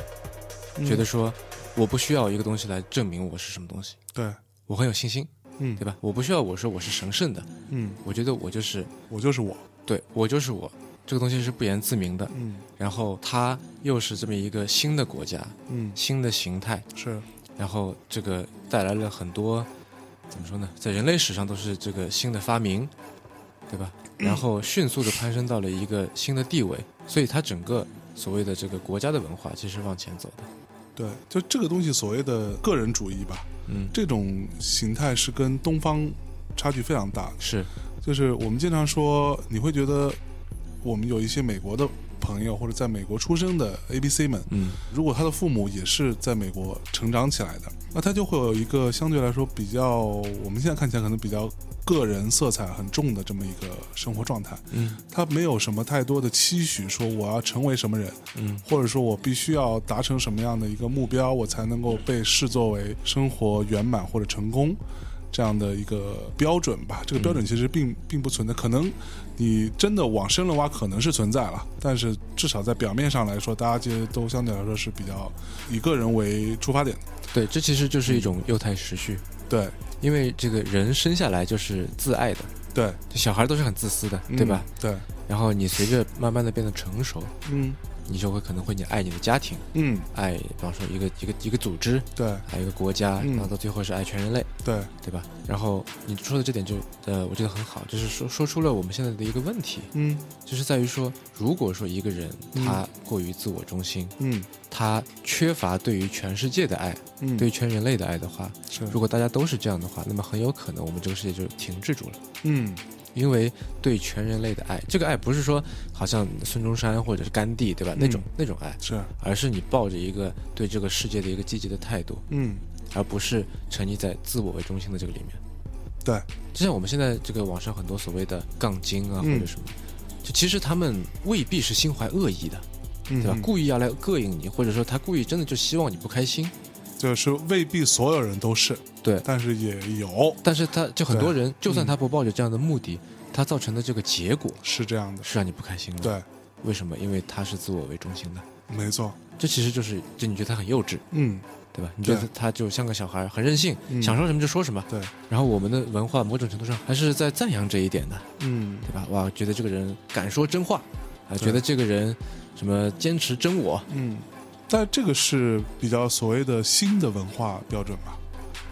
嗯
觉得说我不需要一个东西来证明我是什么东西，
对
我很有信心，
嗯
对吧？我不需要我说我是神圣的，
嗯
我觉得我就是
我就是我
对我就是我，这个东西是不言自明的。
嗯
然后它又是这么一个新的国家、
嗯
新的形态，
是
然后这个带来了很多怎么说呢，在人类史上都是这个新的发明，对吧？然后迅速的攀升到了一个新的地位，所以它整个所谓的这个国家的文化其实往前走的，
对，就这个东西所谓的个人主义吧，
嗯，
这种形态是跟东方差距非常大的。
是，
就是我们经常说，你会觉得我们有一些美国的朋友或者在美国出生的 A B C 们，
嗯
如果他的父母也是在美国成长起来的，那他就会有一个相对来说比较我们现在看起来可能比较个人色彩很重的这么一个生活状态。
嗯
他没有什么太多的期许，说我要成为什么人，
嗯，
或者说我必须要达成什么样的一个目标，我才能够被视作为生活圆满或者成功。这样的一个标准吧。
嗯
这个标准其实并并不存在，可能你真的往深了挖，可能是存在了，但是至少在表面上来说，大家其实都相对来说是比较以个人为出发点的。
对，这其实
嗯
就是一种幼态时序，
对
因为这个人生下来就是自爱的，
对
这小孩都是很自私的，对吧？？
嗯对，
然后你随着慢慢的变得成熟，
嗯
你就会可能会你爱你的家庭，
嗯，
爱比方说一个一个一个组织，
对
爱一个国家，
嗯
然后到最后是爱全人类，
对，
对吧？然后你说的这点就呃，我觉得很好，就是说说出了我们现在的一个问题，
嗯
就是在于说，如果说一个人
嗯
他过于自我中心，
嗯
他缺乏对于全世界的爱，
嗯，
对于全人类的爱的话，
是，
如果大家都是这样的话，那么很有可能我们这个世界就停滞住了。
嗯
因为对全人类的爱，这个爱不是说好像孙中山或者是甘地，对吧？
嗯
那种那种爱，
是，
而是你抱着一个对这个世界的一个积极的态度，
嗯
而不是沉溺在自我为中心的这个里面。
对，
就像我们现在这个网上很多所谓的杠精啊，
嗯
或者什么，就其实他们未必是心怀恶意的，
嗯，
对吧？
嗯
故意要来膈应你，或者说他故意真的就希望你不开心，
就是未必所有人都是，
对
但是也有
但是他就很多人，就算
嗯
他不抱着这样的目的，他造成的这个结果
是这样的，
是让你不开心的。，
对，
为什么？因为他是自我为中心的，
没错，
这其实就是就你觉得他很幼稚，
嗯，
对吧？你觉得
对
他就像个小孩，很任性，
嗯
想说什么就说什么。
对，
然后我们的文化某种程度上还是在赞扬这一点的，
嗯
对吧？哇，觉得这个人敢说真话，
对
啊，觉得这个人什么坚持真我，
嗯，但这个是比较所谓的新的文化标准吧？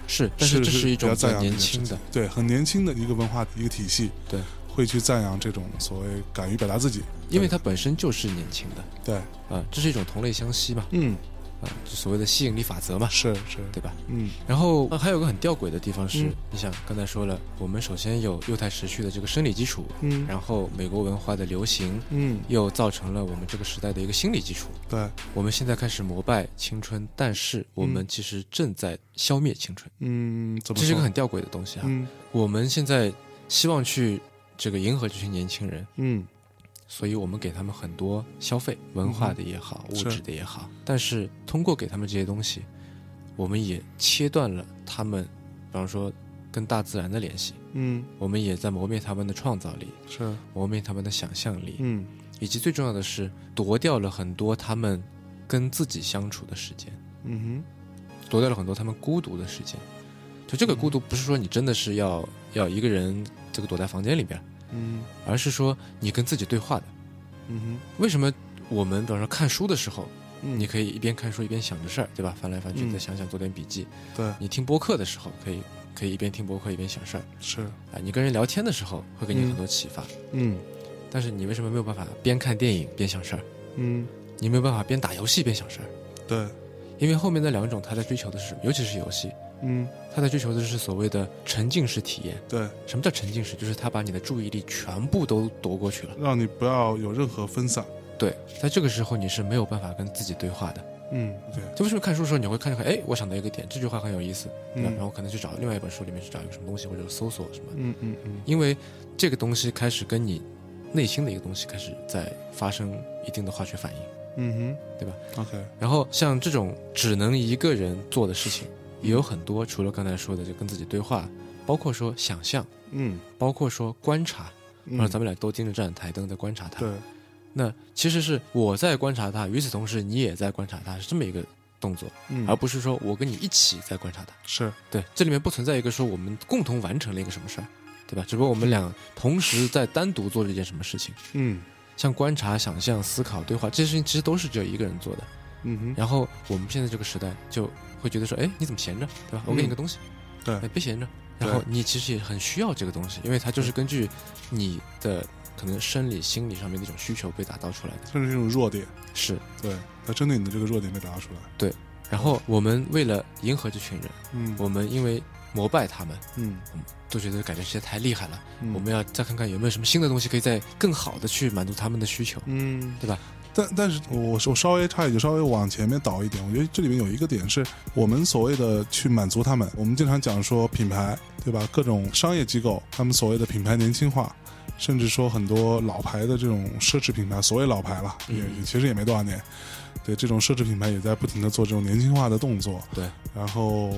是，但是这
是
是一
比较
种
赞
很
扬
年
这件
轻
事
的，
对，很年轻的一个文化一个体系，
对，
会去赞扬这种所谓敢于表达自己，
因为他本身就是年轻的，
对，
啊，这是一种同类相吸嘛，
嗯，
啊，就所谓的吸引力法则嘛，
是是，
对吧？
嗯
然后、呃还有个很吊诡的地方是，
嗯
你想刚才说了，我们首先有幼态时序的这个生理基础，
嗯
然后美国文化的流行
嗯，
又造成了我们这个时代的一个心理基础。
对，
我们现在开始膜拜青春，但是我们其实正在消灭青春，
嗯，怎么
这是一
说
个很吊诡的东西啊。
嗯
我们现在希望去这个迎合这些年轻人，
嗯
所以我们给他们很多消费，文化的也好，物
是
质的也好。但是通过给他们这些东西，我们也切断了他们，比方说跟大自然的联系，
嗯
我们也在磨灭他们的创造力，
是，
磨灭他们的想象力，
嗯
以及最重要的是夺掉了很多他们跟自己相处的时间，
嗯
夺掉了很多他们孤独的时间。就这个孤独，不是说你真的是要要一个人这个躲在房间里边，
哼嗯
而是说你跟自己对话的。
嗯
为什么我们比方说看书的时候，
哼，嗯
你可以一边看书一边想着事儿，对吧？翻来翻去
嗯
再想想，做点笔记。
对
你听播客的时候，可以可以一边听播客一边想事儿
是，
啊。你跟人聊天的时候，会给你
嗯
很多启发。
嗯
但是你为什么没有办法边看电影边想事儿？
嗯
你没有办法边打游戏边想事儿？
对，
因为后面那两种他在追求的是什么？尤其是游戏，
嗯
他在追求的是所谓的沉浸式体验。
对，
什么叫沉浸式？就是他把你的注意力全部都夺过去了。
让你不要有任何分散，
对，在这个时候你是没有办法跟自己对话的。
嗯对，
就为什么看书的时候你会看着看，哎，我想到一个点，这句话很有意思，对吧？
嗯
然后可能去找另外一本书里面去找一个什么东西，或者搜索什么，
嗯嗯嗯
因为这个东西开始跟你内心的一个东西开始在发生一定的化学反应。
嗯
对吧
哼，OK，
然后像这种只能一个人做的事情，也有很多，除了刚才说的就跟自己对话，包括说想象，
嗯，
包括说观察，
嗯
然后咱们俩都盯着这盏台灯在观察它。
对，
那其实是我在观察它，与此同时你也在观察它，是这么一个动作，
嗯，
而不是说我跟你一起在观察它。
是，
对，这里面不存在一个说我们共同完成了一个什么事儿，对吧？只不过我们俩同时在单独做了一件什么事情，
嗯
像观察、想象、思考、对话这些事情，其实都是只有一个人做的。
嗯哼，
然后我们现在这个时代就会觉得说，哎，你怎么闲着，对吧？我给你个东西，
对
哎，别闲着。然后你其实也很需要这个东西，因为它就是根据你的可能生理、心理上面的一种需求被打造出来的。
甚至是一种弱点，
是，
对，他针对你的这个弱点被打出来，
然后我们为了迎合这群人，
嗯
我们因为膜拜他们，
嗯
都觉得感觉这些太厉害了，
嗯，
我们要再看看有没有什么新的东西可以再更好的去满足他们的需求。
嗯，
对吧？
但但是我我稍微插一句，稍微往前面倒一点，我觉得这里面有一个点是我们所谓的去满足他们，我们经常讲说品牌，对吧？各种商业机构他们所谓的品牌年轻化，甚至说很多老牌的这种奢侈品牌，所谓老牌了，
嗯
也也其实也没多少年。对，这种奢侈品牌也在不停的做这种年轻化的动作。
对，
然后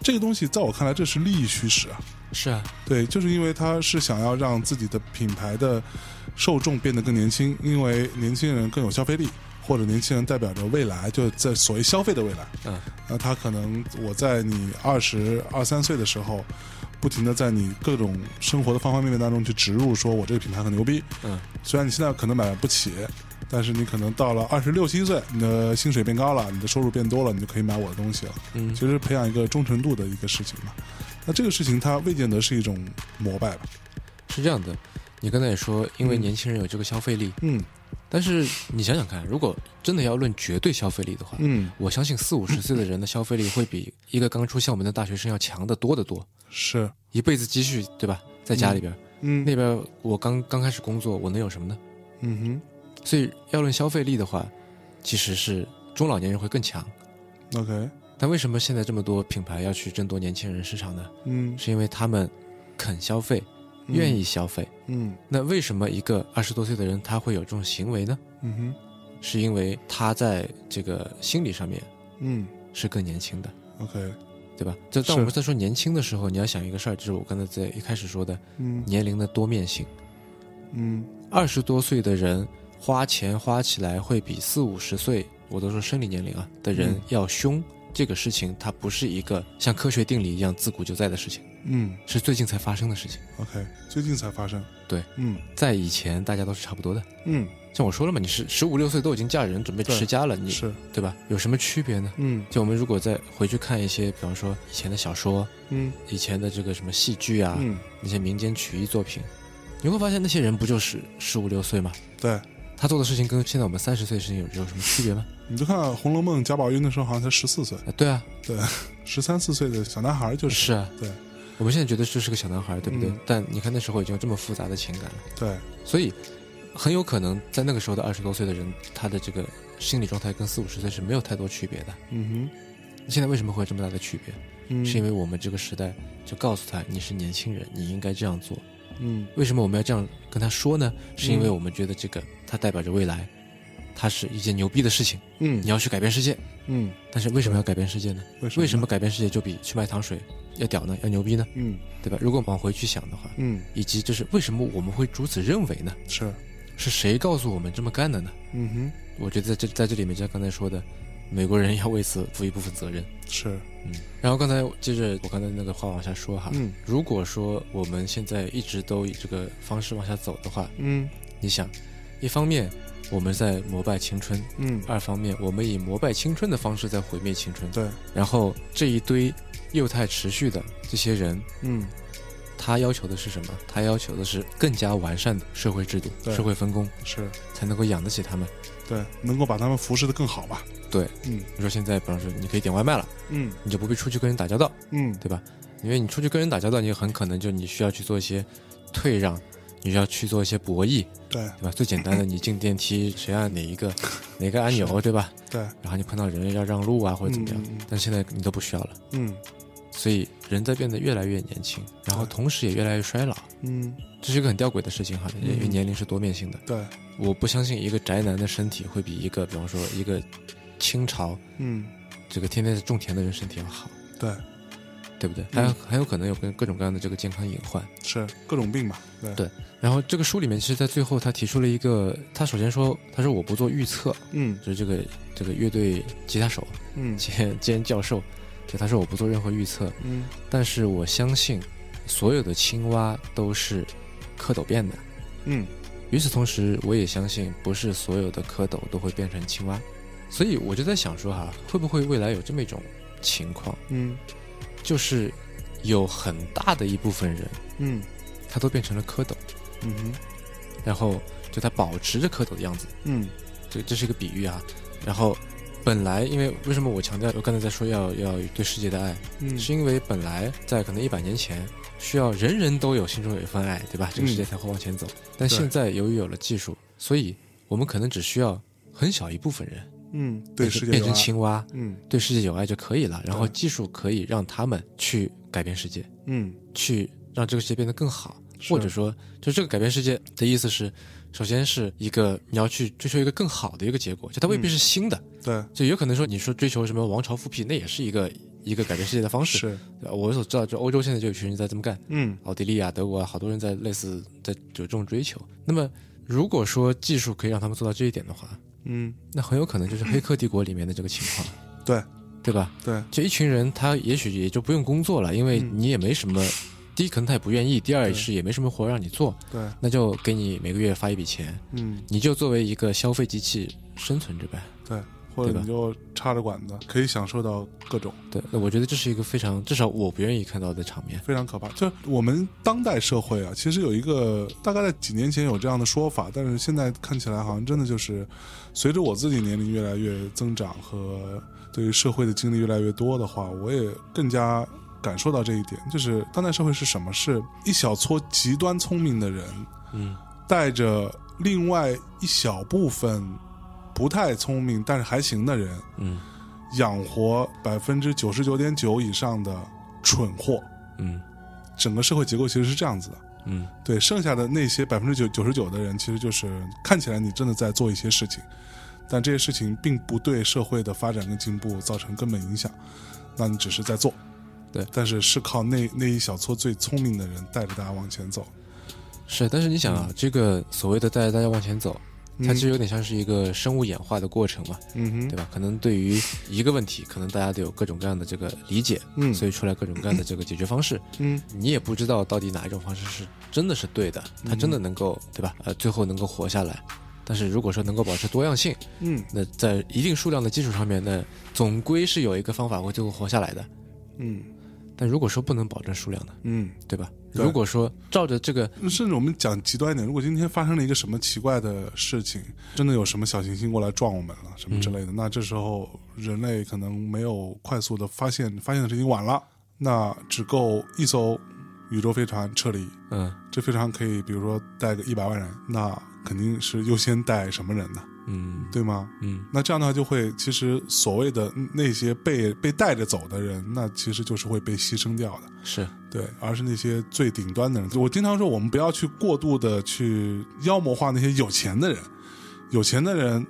这个东西在我看来，这是利益驱使啊。
是啊，
对，就是因为他是想要让自己的品牌的受众变得更年轻，因为年轻人更有消费力，或者年轻人代表着未来，就是在所谓消费的未来。
嗯，
那他可能我在你二十二三岁的时候，不停的在你各种生活的方方面面当中去植入，说我这个品牌很牛逼。
嗯，
虽然你现在可能买不起。但是你可能到了二十六七岁，你的薪水变高了，你的收入变多了，你就可以买我的东西了。
嗯，
其实培养一个忠诚度的一个事情嘛。那这个事情它未见得是一种膜拜吧？
是这样的。你刚才也说，因为
嗯
年轻人有这个消费力，
嗯
但是你想想看，如果真的要论绝对消费力的话，
嗯，
我相信四五十岁的人的消费力会比一个刚出校门的大学生要强得多得多。
是，
一辈子积蓄，对吧？在家里边，
嗯
那边我刚刚开始工作，我能有什么呢？
嗯
所以要论消费力的话，其实是中老年人会更强。
哼，OK，
但为什么现在这么多品牌要去争夺年轻人市场呢？
嗯，
是因为他们肯消费，
嗯
愿意，消费。
嗯
那为什么一个二十多岁的人他会有这种行为呢？
嗯哼，
是因为他在这个心理上面
嗯
是更年轻的，
，OK，
对吧？就当
是
我们在说年轻的时候，你要想一个事儿，就是我刚才在一开始说的
嗯
年龄的多面性。
嗯
二十多岁的人花钱花起来会比四五十岁，我都说生理年龄啊的人
嗯
要凶。这个事情它不是一个像科学定理一样自古就在的事情，
嗯
是最近才发生的事情。
，OK，最近才发生，
对，
嗯
在以前大家都是差不多的。
嗯
像我说了嘛，你是十五六岁都已经嫁人准备
对
持家了，你
是，
对吧？有什么区别呢？
嗯
就我们如果再回去看一些，比方说以前的小说、
嗯
以前的这个什么戏剧啊，
嗯，
那些民间曲艺作品，你会发现那些人不就是十五六岁吗？
对，
他做的事情跟现在我们三十岁的事情有有什么区别吗？
你就看《红楼梦》，贾宝玉那时候好像才十四岁，
啊，对啊，
十三四岁的小男孩就是，
是啊，
对，
我们现在觉得这是个小男孩，对不对？
嗯
但你看那时候已经有这么复杂的情感了，
对，
所以很有可能在那个时候的二十多岁的人，他的这个心理状态跟四五十岁是没有太多区别的。
嗯
现在为什么会有这么大的区别？
哼，嗯，
是因为我们这个时代就告诉他你是年轻人，你应该这样做。
嗯
为什么我们要这样跟他说呢？是因为我们觉得这个它代表着未来，它是一件牛逼的事情，
嗯
你要去改变世界。
嗯，
但是为什么要改变世界呢？
为
为什么？改变世界就比去卖糖水要屌呢？要牛逼呢？
嗯
对吧？如果往回去想的话，
嗯，
以及就是为什么我们会如此认为呢？
是，
是谁告诉我们这么干的呢？
嗯
我觉得在这在这里面，就像刚才说的，美国人要为此负一部分责任。
哼，是，
嗯，然后刚才接着我刚才那个话往下说哈，
嗯
如果说我们现在一直都以这个方式往下走的话，
嗯
你想，一方面我们在膜拜青春，
嗯，
二方面我们以膜拜青春的方式在毁灭青春，
对，
然后这一堆幼态持续的这些人，
嗯
他要求的是什么？他要求的是更加完善的社会制度、
对
社会分工，
是。
才能够养得起他们。
对，能够把他们服侍的更好吧？
对，
嗯
你说现在，比方说你可以点外卖了，
嗯
你就不必出去跟人打交道，
嗯，
对吧？因为你出去跟人打交道，你很可能就你需要去做一些退让，你需要去做一些博弈，
对
对吧？最简 单的，你进电梯谁按哪一个哪个按钮，对吧？
对，
然后你碰到人要让路啊，或者怎么样。
嗯嗯
但现在你都不需要了，
嗯
所以人在变得越来越年轻，然后
对
同时也越来越衰老，
嗯，
这是一个很吊诡的事情哈，因为
嗯
年龄是多面性的。
对，
我不相信一个宅男的身体会比一个，比方说一个清朝
嗯
这个天天在种田的人身体要好，
对，
对不对？还
嗯
有很有可能有各各种各样的这个健康隐患。
是各种病吧？对，
对然后这个书里面，其实在最后他提出了一个，他首先说，他说我不做预测，
嗯
就是这个这个乐队吉他手
嗯
兼 兼教授，就他说我不做任何预测，
嗯，
但是我相信所有的青蛙都是蝌蚪变的。
嗯
与此同时，我也相信不是所有的蝌蚪都会变成青蛙，所以我就在想说哈、会不会未来有这么一种情况，
嗯
就是有很大的一部分人
嗯
他都变成了蝌蚪，
嗯哼
然后就他保持着蝌蚪的样子，
嗯
这这是一个比喻啊。然后本来因为为什么我强调我刚才在说要要对世界的爱，
嗯，
是因为本来在可能一百年前，需要人人都有心中有一份爱，对吧？这个世界才会往前走。
嗯对
但现在由于有了技术，所以我们可能只需要很小一部分人
嗯对
变成
世界
变
有
成
爱，
青蛙，
嗯
对世界有爱就可以了。然后
对
技术可以让他们去改变世界，
嗯
去让这个世界变得更好。或者说，就这个改变世界的意思是，首先是一个你要去追求一个更好的一个结果，就它未
嗯
必是新的，
对，
就有可能说你说追求什么王朝复辟，那也是一个一个改变世界的方式。
是，
呃我所知道，就欧洲现在就有群人在这么干，
嗯
奥地利啊、德国啊，好多人在类似在有这种追求。那么，如果说技术可以让他们做到这一点的话，
嗯，
那很有可能就是《黑客帝国》里面的这个情况，
对
对吧？
对，
这一群人他也许也就不用工作了，因为
嗯
你也没什么，第一可能他也不愿意，第二
对
是也没什么活让你做，
对，
那就给你每个月发一笔钱，
嗯
你就作为一个消费机器生存着呗。
对，或者
对吧
你就插着管子，可以享受到各种。
对，那我觉得这是一个非常，至少我不愿意看到的场面。
非常可怕。就是我们当代社会啊，其实有一个大概在几年前有这样的说法，但是现在看起来好像真的就是，随着我自己年龄越来越增长和对于社会的经历越来越多的话，我也更加。感受到这一点，就是当代社会是什么？是一小撮极端聪明的人，
嗯，
带着另外一小部分不太聪明但是还行的人，
嗯
养活百分之九十九点九以上的蠢货。
嗯
整个社会结构其实是这样子的。
嗯
对，剩下的那些百分之九九十九的人，其实就是看起来你真的在做一些事情，但这些事情并不对社会的发展跟进步造成根本影响，那你只是在做。
对
但是是靠那那一小撮最聪明的人带着大家往前走。
是，但是你想啊，
嗯
这个所谓的带着大家往前走，它其实有点像是一个生物演化的过程嘛，
嗯哼，
对吧？可能对于一个问题，可能大家都有各种各样的这个理解，
嗯
所以出来各种各样的这个解决方式。
嗯，
你也不知道到底哪一种方式是真的是对的，它真的
嗯
能够对吧？呃，最后能够活下来。但是如果说能够保持多样性，
嗯
那在一定数量的基础上面，那总归是有一个方法会最后活下来的。
嗯
但如果说不能保证数量呢，
嗯，
对吧？
对
如果说照着这个，
甚至我们讲极端一点，如果今天发生了一个什么奇怪的事情，真的有什么小行星过来撞我们了，什么之类的，那这时候人类可能没有快速的发现，发现的事情晚了，那只够一艘宇宙飞船撤离。
嗯
这飞船可以，比如说带个一百万人，那肯定是优先带什么人呢？
嗯
对吗？
嗯，
那这样的话，就会其实所谓的那些被被带着走的人，那其实就是会被牺牲掉的。
是
对，而是那些最顶端的人。我经常说，我们不要去过度的去妖魔化那些有钱的人。有钱的人，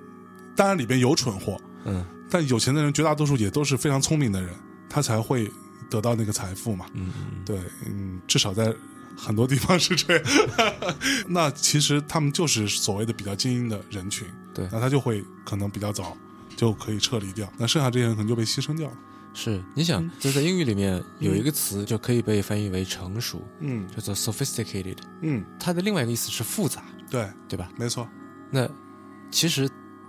当然里边有蠢货，
嗯
但有钱的人绝大多数也都是非常聪明的人，他才会得到那个财富嘛。
嗯嗯
对，嗯，至少在很多地方是这样。 那其实他们就是所谓的比较精英的人群，
对
那他就会可能比较早就可以撤离掉，那剩下这些人可能就被牺牲掉了。
是。你想，就在英语里面有一个词就可以被翻译为成熟，
嗯
叫做 sophisticated，
嗯，
它的另外一个意思是复杂，
对，
对吧？
没错，
那其实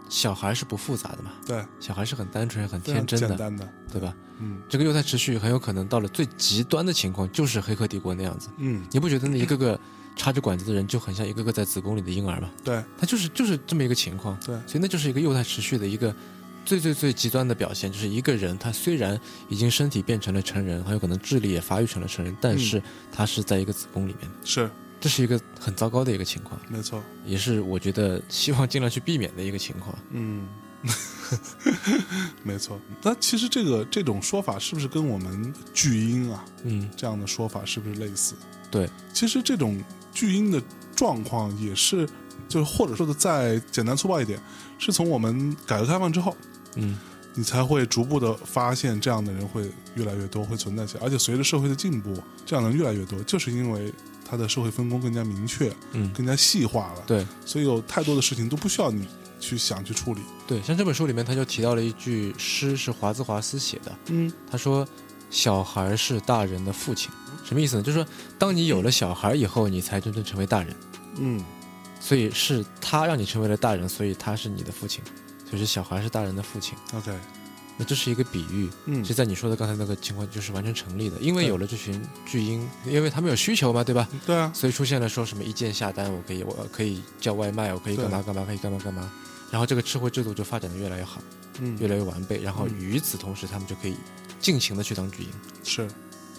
小孩是不复杂的嘛，
对，
小孩是很单纯、很
非常
天真
简
的，
单的，
对吧？
嗯
这个幼态持续很有可能到了最极端的情况，就是《黑客帝国》那样子。
嗯，
你不觉得那一个个插着管子的人就很像一个个在子宫里的婴儿吗？
对
他就是就是这么一个情况，
对
所以那就是一个幼态持续的一个最最最极端的表现，就是一个人他虽然已经身体变成了成人，很有可能智力也发育成了成人，但是他是在一个子宫里面的，
是
这是一个很糟糕的一个情况，
没错，
也是我觉得 希望尽量去避免的一个情况。
嗯。 没错，那其实这个这种说法是不是跟我们巨婴啊
嗯，
这样的说法是不是类似？
对，
其实这种巨婴的状况也是，就是或者说的再简单粗暴一点，是从我们改革开放之后，
嗯，
你才会逐步的发现这样的人会越来越多，会存在起来，而且随着社会的进步，这样的人越来越多，就是因为他的社会分工更加明确，
嗯
更加细化了，
对
所以有太多的事情都不需要你去想去处理。
对，像这本书里面他就提到了一句诗，是华兹华斯写的，
嗯
他说：“小孩是大人的父亲。”什么意思呢？就是说，当你有了小孩以后，你才真正成为大人。
嗯，
所以是他让你成为了大人，所以他是你的父亲，就是小孩是大人的父亲。
OK，
那这是一个比喻，
嗯
是在你说的刚才那个情况就是完全成立的，因为
对
有了这群巨婴，因为他们有需求嘛，对吧？
对啊，
所以出现了说什么一键下单，我可以我可以叫外卖，我可以
对
干嘛干嘛，可以干嘛干嘛。然后这个吃货制度就发展的越来越好，越
嗯，
来越完备。然后
嗯
与此同时，他们就可以尽情的去当巨婴，
是。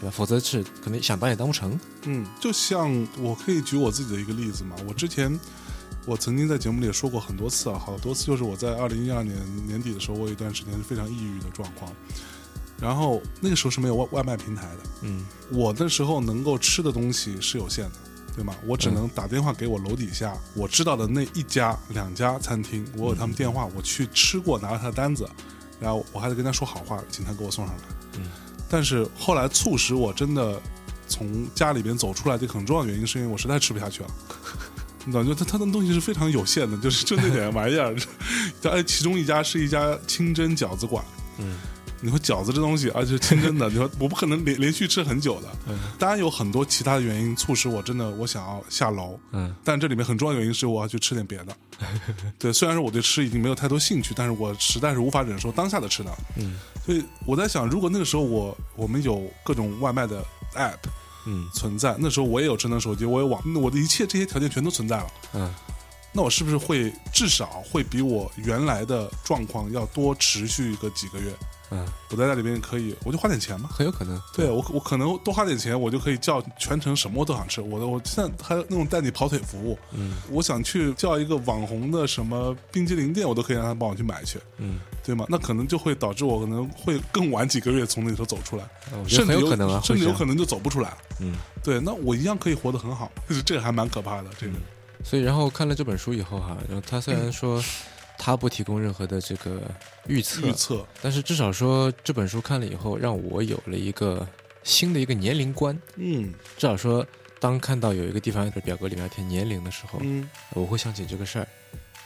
对吧？否则是可能想当也当不成。
嗯，就像我可以举我自己的一个例子嘛，我之前我曾经在节目里也说过很多次啊，好多次就是我在二零一二年年底的时候，我有一段时间是非常抑郁的状况，然后那个时候是没有外外卖平台的，
嗯
我那时候能够吃的东西是有限的，对吗？我只能打电话给我楼底下我知道的那一家、两家餐厅，我有他们电话，我去吃过，拿了他的单子，然后我还得跟他说好话，请他给我送上来。
嗯
但是后来促使我真的从家里边走出来的一个很重要的原因，是因为我实在吃不下去了。 你懂，就他他的东西是非常有限的，就是就那点玩意儿。 哎，其中一家是一家清真饺子馆，
嗯
你说饺子这东西，而且是清真的，你说我不可能连连续吃很久的。
嗯
当然有很多其他的原因促使我真的我想要下楼，
嗯
但这里面很重要的原因是我要去吃点别 的。对，虽然说我对吃已经没有太多兴趣，但是我实在是无法忍受当下的吃的。
嗯
所以我在想，如果那个时候我我们有各种外卖的 app
嗯
存在，那时候我也有智能手机，我有网，那我的一切这些条件全都存在了，
嗯
那我是不是会至少会比我原来的状况要多持续个几个月？
嗯，
我在那里边可以，我就花点钱嘛。
很有可能。
对我，我可能多花点钱，我就可以叫全程什么都想吃。我的我现在还有那种带你跑腿服务，
嗯
我想去叫一个网红的什么冰激凌店，我都可以让他帮我去买去，
嗯，
对吗？那可能就会导致我可能会更晚几个月从那里头走出来，
我觉得
甚至
很
有
有可能啊，
甚至有可
能。
能就走不出来。
嗯，
对，那我一样可以活得很好， 就是这个还蛮可怕的。这个，
所以然后看了这本书以后哈、然后他虽然说他不提供任何的这个预测，
预测，
但是至少说这本书看了以后，让我有了一个新的一个年龄观。
嗯
至少说，当看到有一个地方的表格里面填年龄的时候，
嗯
我会想起这个事儿。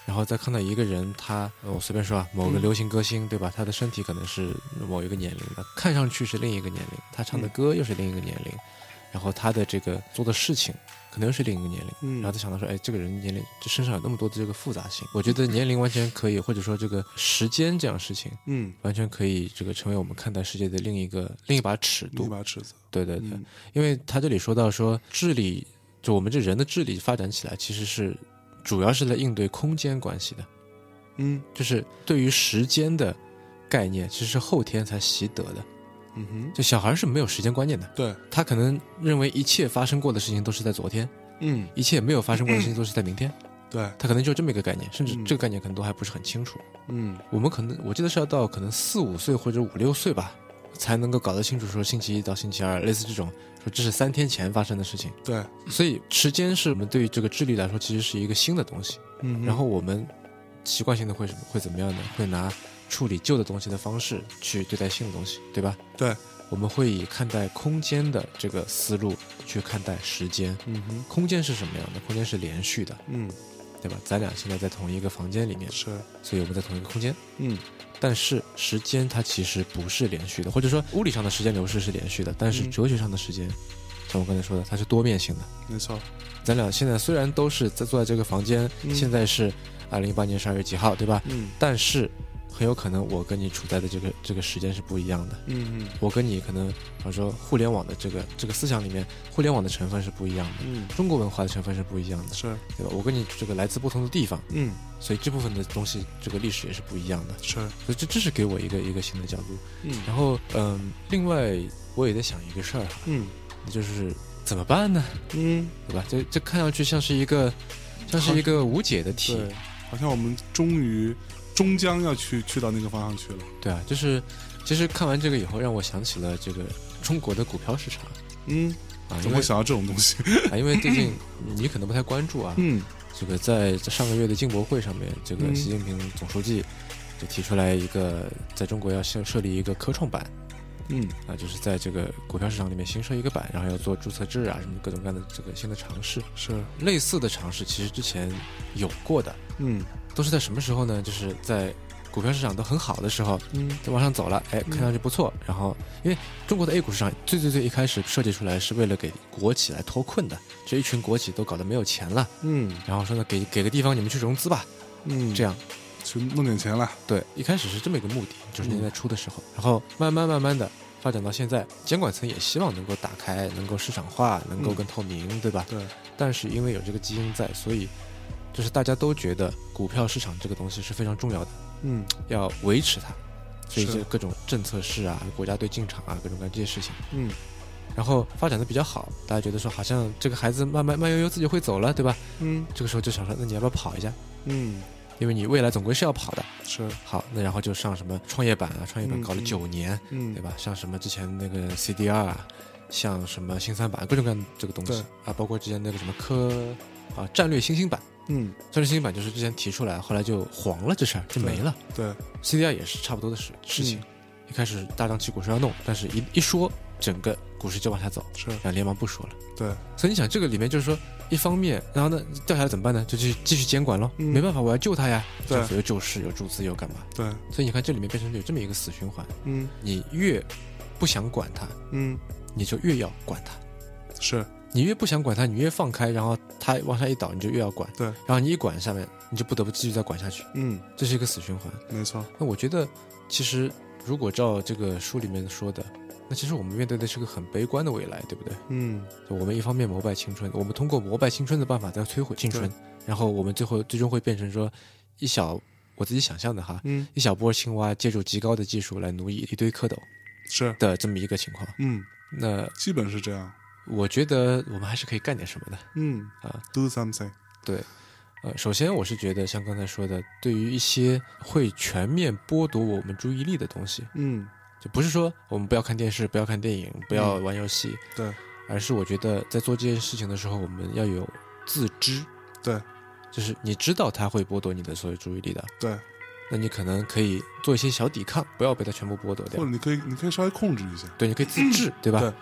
然后再看到一个人，他呃我随便说啊，某个
嗯
流行歌星，对吧？他的身体可能是某一个年龄的，看上去是另一个年龄，他唱的
嗯
歌又是另一个年龄，然后他的这个做的事情可能又是另一个年龄。
嗯，
然后再想到说，哎，这个人年龄这身上有那么多的这个复杂性，我觉得年龄完全可以，或者说这个时间这样事情，
嗯，
完全可以这个成为我们看待世界的另一个另一把尺
一
度。
把尺子，
对对对，
嗯
因为他这里说到说智力，就我们这人的智力发展起来，其实是主要是在应对空间关系的，
嗯
就是对于时间的概念，其实是后天才习得的。
嗯哼，
就小孩是没有时间观念的，
对，
他可能认为一切发生过的事情都是在昨天，
嗯
一切没有发生过的事情都是在明天，
对，
他可能就这么一个概念，甚至
嗯
这个概念可能都还不是很清楚。
嗯
我们可能我记得是要到可能四五岁或者五六岁吧，才能够搞得清楚说星期一到星期二，类似这种说这是三天前发生的事情。
对，
所以时间是我们对于这个智力来说其实是一个新的东西。
嗯哼，
然后我们习惯性的会什么会怎么样呢？会拿处理旧的东西的方式去对待新的东西，对吧？
对，
我们会以看待空间的这个思路去看待时间。
嗯哼，
空间是什么样的？空间是连续的，
嗯
对吧？咱俩现在在同一个房间里面，
是，
所以我们在同一个空间。
嗯
但是时间它其实不是连续的，或者说物理上的时间流逝是连续的，但是
嗯
哲学上的时间，像我刚才说的，它是多面性的。
没错，
咱俩现在虽然都是在坐在这个房间，
嗯
现在是二零一八年十二月几号，对吧？
嗯
但是很有可能我跟你处在的这个这个时间是不一样的。
嗯嗯
我跟你可能，比方说互联网的这个这个思想里面，互联网的成分是不一样的，
嗯
中国文化的成分是不一样的，
是，
对吧？我跟你这个来自不同的地方，
嗯
所以这部分的东西，这个历史也是不一样的。
是，
所以这这是给我一个一个新的角度。
嗯
然后，嗯，另外我也在想一个事儿哈，
嗯
就是怎么办呢？
嗯，
对吧？这这看上去像是一个，像是一个无解的题，
对，好像我们终于终将要去去到那个方向去了。
对啊，就是其实看完这个以后，让我想起了这个中国的股票市场
嗯，
啊，
怎
因
么
为
会想到这种东西？
啊，因为最近你可能不太关注啊，
嗯
这个在这上个月的进博会上面，这个
嗯
习近平总书记就提出来一个，在中国要设设立一个科创板
嗯
啊，就是在这个股票市场里面新设一个板，然后要做注册制啊，什么各种各样的这个新的尝试，
是，
类似的尝试其实之前有过的，
嗯
都是在什么时候呢？就是在股票市场都很好的时候，
嗯
在往上走了，哎，看上去不错。然后，因为中国的 A 股市场最最最一开始设计出来是为了给国企来脱困的，这一群国企都搞得没有钱了，
嗯
然后说呢，给给个地方你们去融资吧，
嗯，
这样。
去弄点钱来。
对，一开始是这么一个目的，九
嗯
十年代初的时候，然后慢慢慢慢的发展到现在，监管层也希望能够打开，能够市场化，能够
嗯
更透明，对吧？
对，
但是因为有这个基因在，所以就是大家都觉得股票市场这个东西是非常重要的。
嗯
要维持它，所以
是
就各种政策市啊、国家队进场啊，各种各样这些事情。
嗯
然后发展的比较好，大家觉得说好像这个孩子慢慢慢悠悠自己会走了，对吧？
嗯
这个时候就想说，那你要不要跑一下？
嗯
因为你未来总归是要跑的。
是，
好，那然后就上什么创业板啊，创业板
嗯
搞了
嗯
九年，
嗯
对，吧？像什么之前那个 CDR，啊像什么新三板，各种各样的这个东西
对
啊，包括之前那个什么科啊战略新兴板，
嗯，
战略新兴板就是之前提出来，后来就黄了，这事儿就没了。
对，
CDR 也是差不多的事事情，
嗯
一开始大张旗鼓说要弄，但是一一说，整个股市就往下走，
是
然后连忙不说了。
对，
所以你想，这个里面就是说，一方面，然后呢，掉下来怎么办呢？就去继续监管咯，
嗯
没办法，我要救他呀。
对
政府又救市，又注资，又干嘛？
对，
所以你看，这里面变成有这么一个死循环：
嗯
你越不想管它，
嗯，
你就越要管它；
是
你越不想管它，你越放开，然后它往下一倒，你就越要管。
对
然后你一管下面，你就不得不继续再管下去，
嗯，
这是一个死循环。
没错，
那我觉得，其实如果照这个书里面说的，那其实我们面对的是个很悲观的未来，对不对？
嗯
就我们一方面膜拜青春，我们通过膜拜青春的办法在摧毁青春，然后我们最后最终会变成说，一小我自己想象的哈，
嗯
一小波青蛙借助极高的技术来奴役一堆蝌蚪
是，
的这么一个情况。
嗯，
那
基本是这样，
我觉得我们还是可以干点什么的。
嗯
啊
，do something，
呃，首先我是觉得像刚才说的，对于一些会全面剥夺我们注意力的东西，
嗯，
就不是说我们不要看电视、不要看电影、不要玩游戏，
对，
而是我觉得在做这件事情的时候，我们要有自知，
对，
就是你知道它会剥夺你的所有注意力的，
对，
那你可能可以做一些小抵抗，不要被它全部剥夺
或
掉
者。你可以，你可以稍微控制一下，
对，你可以自制，对吧？
对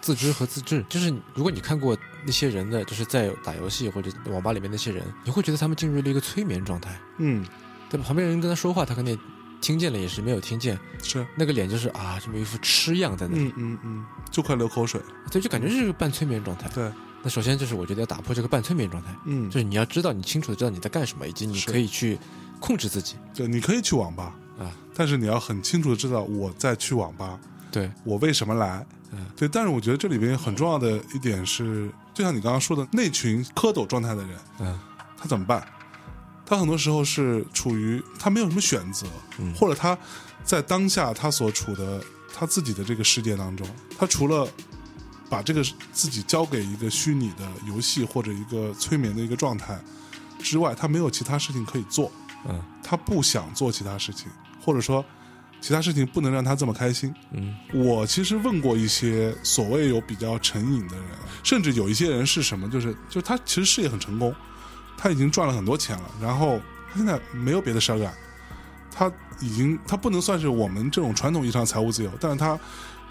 自知和自制，就是你如果你看过那些人的，就是在打游戏或者网吧里面那些人，你会觉得他们进入了一个催眠状态，
嗯，
对吧？旁边人跟他说话，他肯定听见了，也是没有听见，
是，
那个脸就是啊，这么一副痴样在那里，
嗯嗯嗯，就快流口水，
所以就感觉是个半催眠状态。
对，
那首先就是我觉得要打破这个半催眠状态，
嗯
就，是你要知道，你清楚的知道你在干什么，以及你
是
可以去控制自己
对，你可以去网吧，
啊。
但是你要很清楚的知道我在去网吧，
对，
我为什么来
嗯。
对，但是我觉得这里边很重要的一点是，就像你刚刚说的，那群蝌蚪状态的人，
嗯
他怎么办？他很多时候是处于他没有什么选择，
嗯
或者他在当下他所处的他自己的这个世界当中，他除了把这个自己交给一个虚拟的游戏或者一个催眠的一个状态之外，他没有其他事情可以做，
嗯
他不想做其他事情，或者说其他事情不能让他这么开心。
嗯
我其实问过一些所谓有比较成瘾的人，甚至有一些人是什么，就是就是他其实事业很成功，他已经赚了很多钱了，然后他现在没有别的事儿干，他已经他不能算是我们这种传统意义上的财务自由，但是他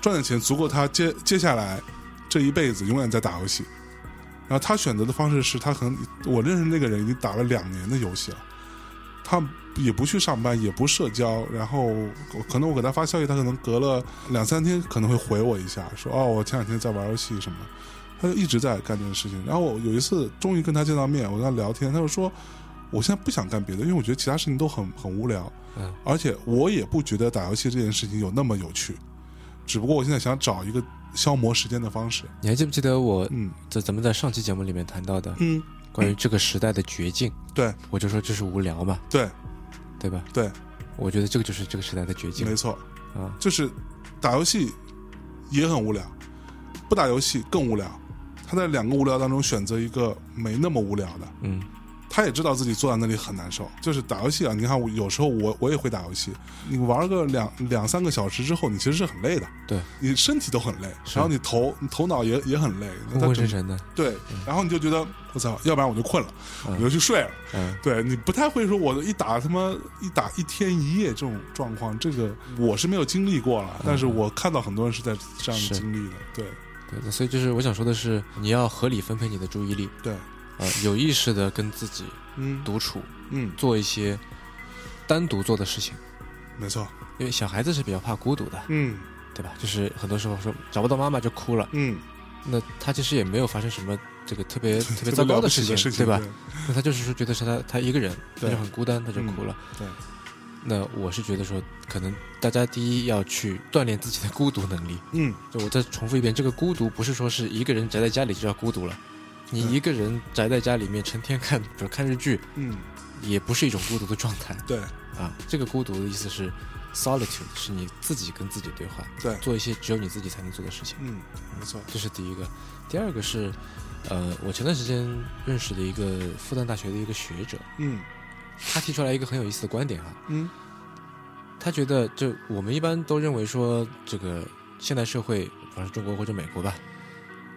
赚的钱足够他接接下来这一辈子永远在打游戏。然后他选择的方式是他可能我认识那个人已经打了两年的游戏了，他也不去上班，也不社交，然后我可能我给他发消息，他可能隔了两三天可能会回我一下，说哦，我前两天在玩游戏什么，他就一直在干这件事情。然后我有一次终于跟他见到面，我跟他聊天，他就说我现在不想干别的，因为我觉得其他事情都很很无聊，
嗯
而且我也不觉得打游戏这件事情有那么有趣，只不过我现在想找一个消磨时间的方式。
你还记不记得我
嗯
在咱们在上期节目里面谈到的
嗯，
关于这个时代的绝境？
对
我就说这是无聊嘛，
对
对吧？
对，
我觉得这个就是这个时代的绝境
没错，
啊。
就是打游戏也很无聊，不打游戏更无聊。他在两个无聊当中选择一个没那么无聊的，
嗯
他也知道自己坐在那里很难受。就是打游戏啊，你看我有时候我我也会打游戏，你玩个两两三个小时之后，你其实是很累的，
对，
你身体都很累，
是
然后你头你头脑也也很累，那
昏
他
昏
整
沉沉的，
对，然后你就觉得我操，要不然我就困了，
嗯
我就去睡了。
嗯，
对你不太会说，我一打他妈一打一天一夜这种状况，这个我是没有经历过了，但是我看到很多人是在这样
嗯是
的经历的，对
对。那所以就是我想说的是，你要合理分配你的注意力，
对，
呃，有意识的跟自己
嗯
独处，
嗯，
做一些单独做的事情。
没错，
因为小孩子是比较怕孤独的，
嗯
对吧？就是很多时候说找不到妈妈就哭了，
嗯，
那他其实也没有发生什么这个 特别特
特
别糟糕
了不
的
起
事情，
的
对吧？？那他就是说觉得是他他一个人，他
对嗯
就很孤单，他就哭了。
对
那我是觉得说，可能大家第一要去锻炼自己的孤独能力。
嗯，
就我再重复一遍，这个孤独不是说是一个人宅在家里就叫孤独了，你
对
一个人宅在家里面成天看，比如看日剧，
嗯，
也不是一种孤独的状态
对
啊。这个孤独的意思是 solitude，是你自己跟自己对话，
对，
做一些只有你自己才能做的事情。
嗯，没错，
这是第一个，第二个是，呃，我前段时间认识的一个复旦大学的一个学者，
嗯
他提出来一个很有意思的观点哈、啊
嗯
他觉得就我们一般都认为说这个现代社会，不管是中国或者美国吧，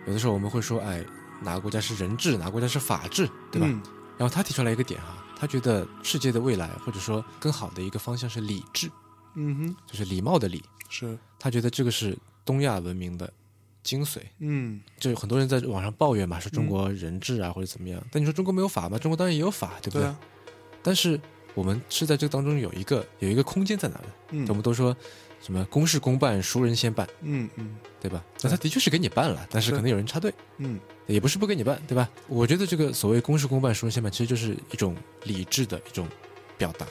有的时候我们会说，哎，哪个国家是人治，哪个国家是法治，对吧？
嗯
然后他提出来一个点哈、啊他觉得世界的未来或者说更好的一个方向是礼智，
嗯哼，
就是礼貌的礼。
是，
他觉得这个是东亚文明的精髓。
嗯
就有很多人在网上抱怨嘛，说中国人治啊、或者怎么样，但你说中国没有法吗？中国当然也有法，对不对？
对啊，
但是我们是在这当中有一个有一个空间在哪里？
嗯
我们都说什么公事公办，熟人先办，
嗯嗯
对吧？那他的确是给你办了，但是
对
可能有人插队，
嗯
也不是不给你办，对吧？我觉得这个所谓公事公办，熟人先办，其实就是一种理智的一种表达，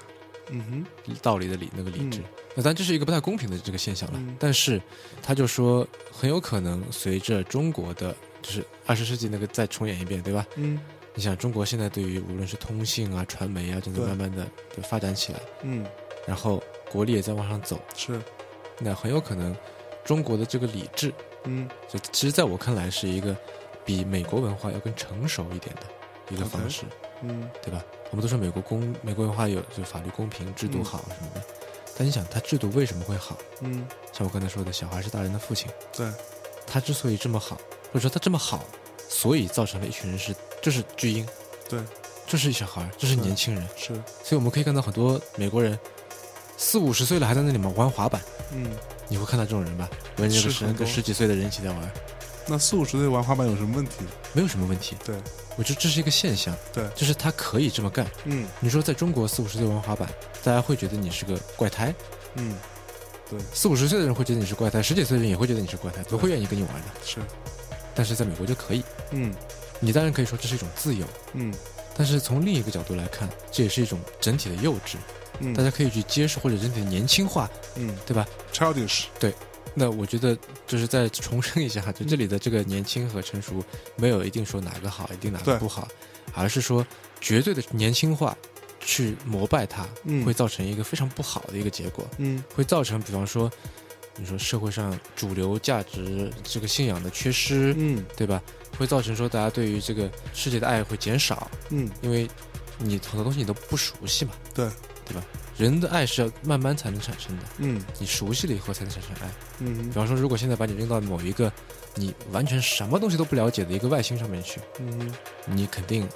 嗯
道理的理，那个理智。
嗯
那当然这是一个不太公平的这个现象了，
嗯
但是他就说很有可能随着中国的就是二十世纪那个再重演一遍，对吧？
哼嗯
你想中国现在对于无论是通信啊、传媒啊，这种
对
慢慢的发展起来，
嗯
然后国力也在往上走，
是，
那很有可能中国的这个理智，
嗯
就其实在我看来是一个比美国文化要更成熟一点的一个方式
嗯
对吧？我们都说美国公美国文化有就法律公平、制度
嗯
好什么的，但你想它制度为什么会好？
嗯
像我刚才说的，小孩是大人的父亲，
对，
他之所以这么好，或者说他这么好，所以造成了一群人是就是巨婴，
对，
就是小孩，就是年轻人，
是，
所以我们可以看到很多美国人四五十岁了还在那里面玩滑板，
嗯，
你会看到这种人吧？围着
是
个十
很多
个十几岁的人一起在玩，
那四五十岁玩滑板有什么问题？
没有什么问题。
对
我觉得这是一个现象，
对，
就是他可以这么干。
嗯
你说在中国四五十岁玩滑板，大家会觉得你是个怪胎，
嗯
四五十岁的人会觉得你是怪胎，十几岁的人也会觉得你是怪胎，不会愿意跟你玩的。
是，
但是在美国就可以，
嗯
你当然可以说这是一种自由，
嗯
但是从另一个角度来看，这也是一种整体的幼稚，
嗯，
大家可以去接受或者整体的年轻化，
嗯
对吧？
childish，
那我觉得就是再重申一下哈，就这里的这个年轻和成熟，没有一定说哪个好，一定哪
对
个不好，而是说绝对的年轻化去膜拜它，
嗯
会造成一个非常不好的一个结果，
嗯
会造成比方说，你说社会上主流价值这个信仰的缺失，
嗯
对吧？会造成说大家对于这个世界的爱会减少，
嗯
因为你很多东西你都不熟悉嘛，
对
对吧？人的爱是要慢慢才能产生的，
嗯
你熟悉了以后才能产生爱。
嗯
比方说，如果现在把你扔到某一个你完全什么东西都不了解的一个外星上面去，
嗯
你肯定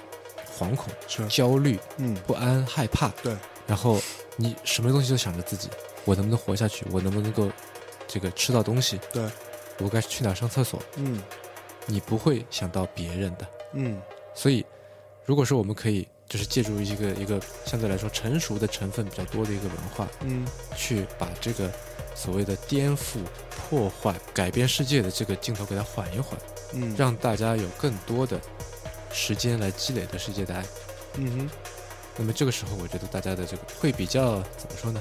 惶恐、
是，
焦虑、
嗯
不安、害怕。
对，
然后你什么东西都想着自己，我能不能活下去？我能不能够这个吃到东西？
对，
我该去哪儿上厕所？
嗯
你不会想到别人的。
嗯
所以，如果说我们可以就是借助一个一个相对来说成熟的成分比较多的一个文化，
嗯
去把这个所谓的颠覆、破坏、改变世界的这个镜头给它缓一缓，
嗯，
让大家有更多的时间来积累对世界的爱。哎
嗯哼
那么这个时候，我觉得大家的这个会比较怎么说呢？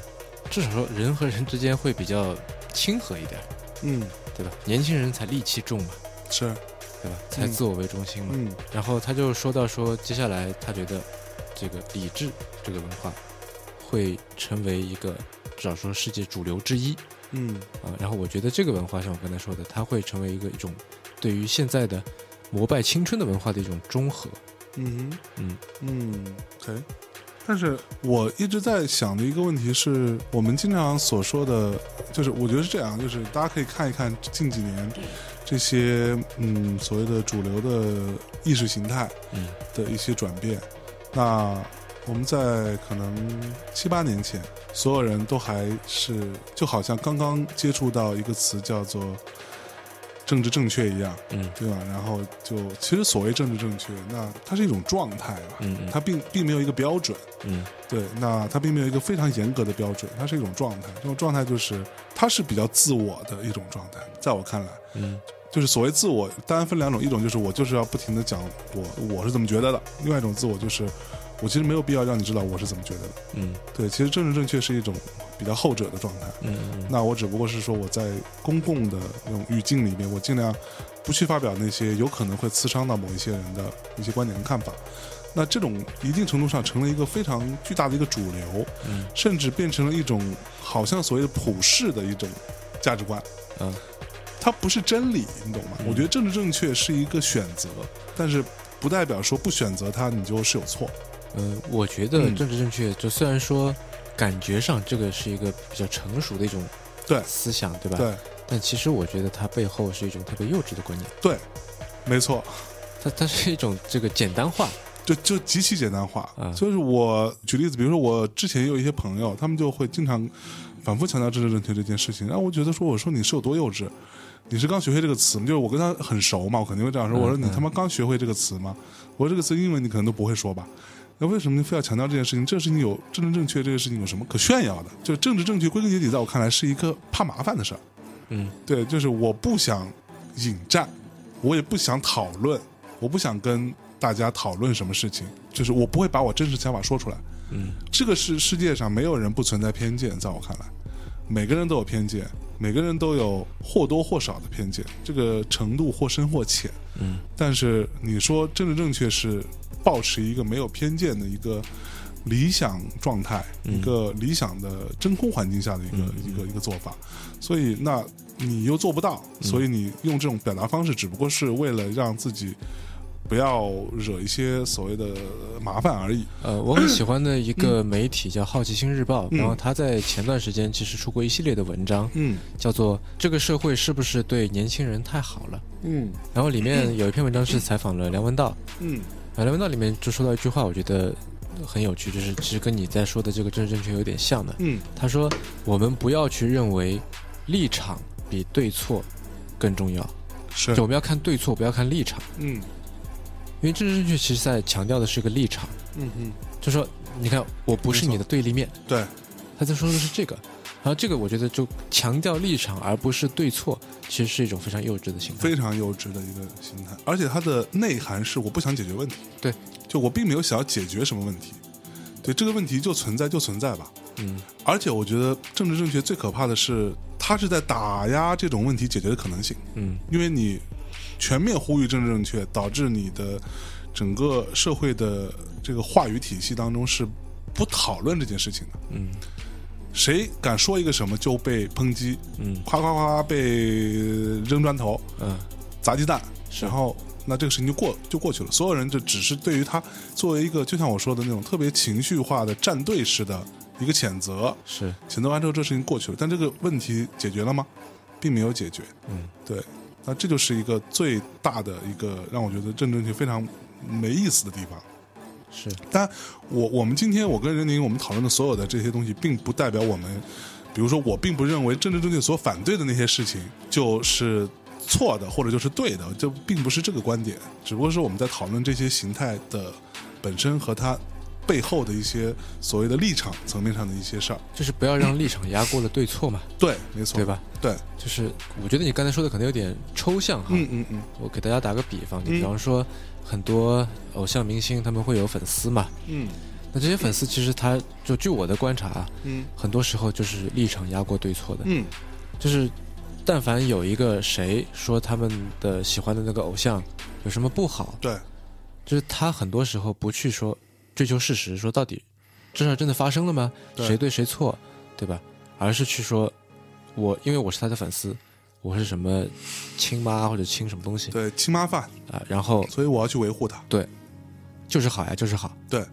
至少说人和人之间会比较亲和一点，
嗯
对吧？年轻人才戾气重嘛，
是，
对吧？才
嗯
自我为中心嘛。
嗯
然后他就说到说，接下来他觉得这个理智这个文化会成为一个至少说世界主流之一
嗯
啊。然后我觉得这个文化，像我刚才说的，它会成为一个一种对于现在的膜拜青春的文化的一种中和。
嗯哼。
嗯，
嗯，OK。但是我一直在想的一个问题是，我们经常所说的，就是我觉得是这样，就是大家可以看一看近几年这些嗯所谓的主流的意识形态
嗯
的一些转变。那我们在可能七八年前，所有人都还是就好像刚刚接触到一个词叫做政治正确一样，
嗯
对吧？然后就其实所谓政治正确，那它是一种状态啊吧，
嗯嗯
它并并没有一个标准，
嗯
对，那它并没有一个非常严格的标准，它是一种状态。这种状态就是它是比较自我的一种状态，在我看来，
嗯
就是所谓自我，当然分两种，一种就是我就是要不停的讲我我是怎么觉得的，另外一种自我就是我其实没有必要让你知道我是怎么觉得的。
嗯
对，其实政治正确是一种比较后者的状态。
嗯
那我只不过是说我在公共的那种语境里面，我尽量不去发表那些有可能会刺伤到某一些人的一些观点跟看法。那这种一定程度上成了一个非常巨大的一个主流，
嗯
甚至变成了一种好像所谓的普世的一种价值观。
嗯
它不是真理，你懂吗？我觉得政治正确是一个选择，但是不代表说不选择它你就是有错。
呃，我觉得
嗯
政治正确，就虽然说感觉上这个是一个比较成熟的一种
对
思想，对吧？
对
但其实我觉得它背后是一种特别幼稚的观念，
对，没错，
它它是一种这个简单化，
就就极其简单化。
啊
就是我举例子，比如说我之前也有一些朋友，他们就会经常反复强调政治正确这件事情，然后我觉得说，我说你是有多幼稚。你是刚学会这个词吗？就是我跟他很熟嘛，我肯定会这样说。
嗯
我说你
嗯
他妈刚学会这个词吗？我说这个词英文你可能都不会说吧？那为什么你非要强调这件事情？这个事情有政治正确，这个事情有什么可炫耀的？就政治正确，归根结底，在我看来是一个怕麻烦的事儿。
嗯，
对，就是我不想引战，我也不想讨论，我不想跟大家讨论什么事情，就是我不会把我真实想法说出来。
嗯，
这个是世界上没有人不存在偏见，在我看来，每个人都有偏见，每个人都有或多或少的偏见，这个程度或深或浅。
嗯，
但是你说政治正确是保持一个没有偏见的一个。理想状态，一个理想的真空环境下的一个、一个一个做法，所以那你又做不到，所以你用这种表达方式，只不过是为了让自己不要惹一些所谓的麻烦而已。
呃，我很喜欢的一个媒体叫《好奇心日报》，
嗯
然后他在前段时间其实出过一系列的文章，
嗯
叫做《这个社会是不是对年轻人太好了》。
嗯
然后里面有一篇文章是采访了梁文道，
嗯
啊，梁文道里面就说到一句话，我觉得很有趣，就是其实跟你在说的这个政治正确有点像的。
嗯
他说，我们不要去认为立场比对错更重要，
是
就我们要看对错，不要看立场，
嗯
因为政治正确其实在强调的是个立场，
嗯嗯
就说你看我不是
没错
你的对立面，
对
他在说的是这个。然后这个我觉得就强调立场而不是对错，其实是一种非常幼稚的行为。
非常幼稚的一个心态，而且它的内涵是我不想解决问题，
对，
就我并没有想要解决什么问题，对这个问题就存在就存在吧。
嗯，
而且我觉得政治正确最可怕的是，它是在打压这种问题解决的可能性。
嗯
因为你全面呼吁政治正确，导致你的整个社会的这个话语体系当中是不讨论这件事情的。
嗯
谁敢说一个什么就被抨击，
嗯
夸夸夸被扔砖头、
嗯，
砸鸡蛋，
是
然后那这个事情就过就过去了。所有人就只是对于他作为一个，就像我说的那种特别情绪化的站队式的一个谴责，
是
谴责完之后，这事情过去了，但这个问题解决了吗？并没有解决。
嗯，
对，那这就是一个最大的一个让我觉得政治正确非常没意思的地方。
是，
但我我们今天我跟任宁我们讨论的所有的这些东西，并不代表我们，比如说我并不认为政治正确所反对的那些事情就是错的或者就是对的，这并不是这个观点，只不过是我们在讨论这些形态的本身和它背后的一些所谓的立场层面上的一些事儿。
就是不要让立场压过了对错嘛，
对，没错，
对？吧？
对，
就是我觉得你刚才说的可能有点抽象哈，
嗯嗯嗯，
我给大家打个比方，就
嗯
比方说很多偶像明星他们会有粉丝嘛，
嗯
那这些粉丝其实他就据我的观察啊，
嗯
很多时候就是立场压过对错的，
嗯
就是但凡有一个谁说他们的喜欢的那个偶像有什么不好，
对，
就是他很多时候不去说追求事实，说到底这事儿真的发生了吗？
对
谁对谁错，对吧？而是去说我因为我是他的粉丝，我是什么亲妈或者亲什么东西啊、
对，亲妈饭，
然后
所以我要去维护他。
就是好呀，就是好，
对，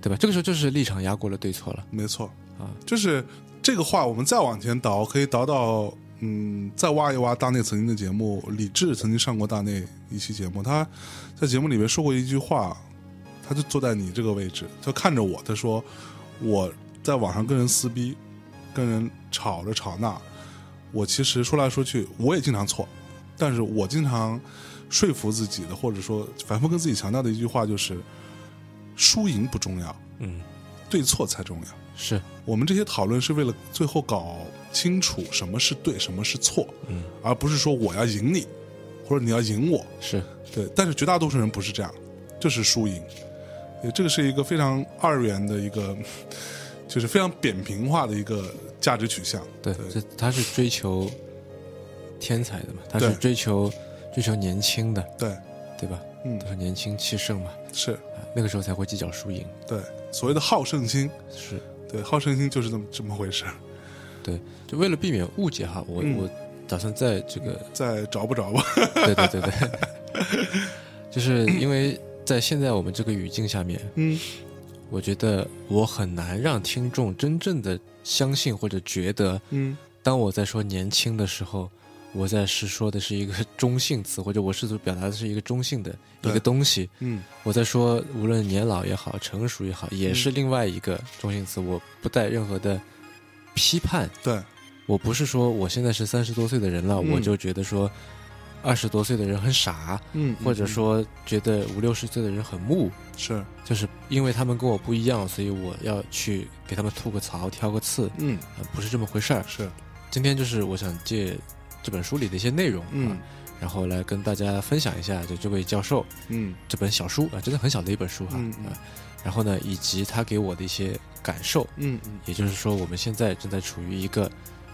对吧？这个时候就是立场压过了对错了
没错，
啊，
就是这个话，我们再往前倒，可以倒到嗯，再挖一挖大内曾经的节目，李志曾经上过大内一期节目，他在节目里面说过一句话，他就坐在你这个位置，就看着我，他说我在网上跟人撕逼，跟人吵着吵那，我其实说来说去，我也经常错，但是我经常说服自己的，或者说反复跟自己强调的一句话就是，输赢不重要，
嗯，
对错才重要。
是，
我们这些讨论是为了最后搞清楚什么是对，什么是错，
嗯，
而不是说我要赢你，或者你要赢我，
是，
对。但是绝大多数人不是这样，就是输赢，对这个是一个非常二元的一个， 就是非常扁平化的一个价值取向，
对，
对
这他是追求天才的嘛，他是
对
追求追求年轻的，
对，
对吧？
嗯
他，说年轻气盛嘛，
是
啊，那个时候才会计较输赢，
对所谓的好胜心，
是
对，好胜心就是这么这么回事儿，
就为了避免误解哈，我、
嗯
我打算在这个，
再找不着吧，
对对对 对，就是因为在现在我们这个语境下面，
嗯
我觉得我很难让听众真正的相信或者觉得，
嗯
当我在说年轻的时候，我在是说的是一个 中性词，或者我试图表达的是一个中性的一
对
个东西。
嗯
我在说无论年老也好，成熟也好，也是另外一个中性词。我不带任何的批判，
对
我不是说我现在是三十多岁的人了，
嗯
我就觉得说二十多岁的人很傻，
嗯
或者说觉得五六十岁的人很木。
是
就是因为他们跟我不一样，所以我要去给他们吐个槽、挑个刺，
嗯
呃不是这么回事儿。
是
今天就是我想借这本书里的一些内容，
嗯
啊，然后来跟大家分享一下，就这位教授
嗯
这本小书啊，真的很小的一本书哈、
嗯嗯
啊，然后呢，以及他给我的一些感受，
嗯嗯
也就是说，我们现在正在处于一个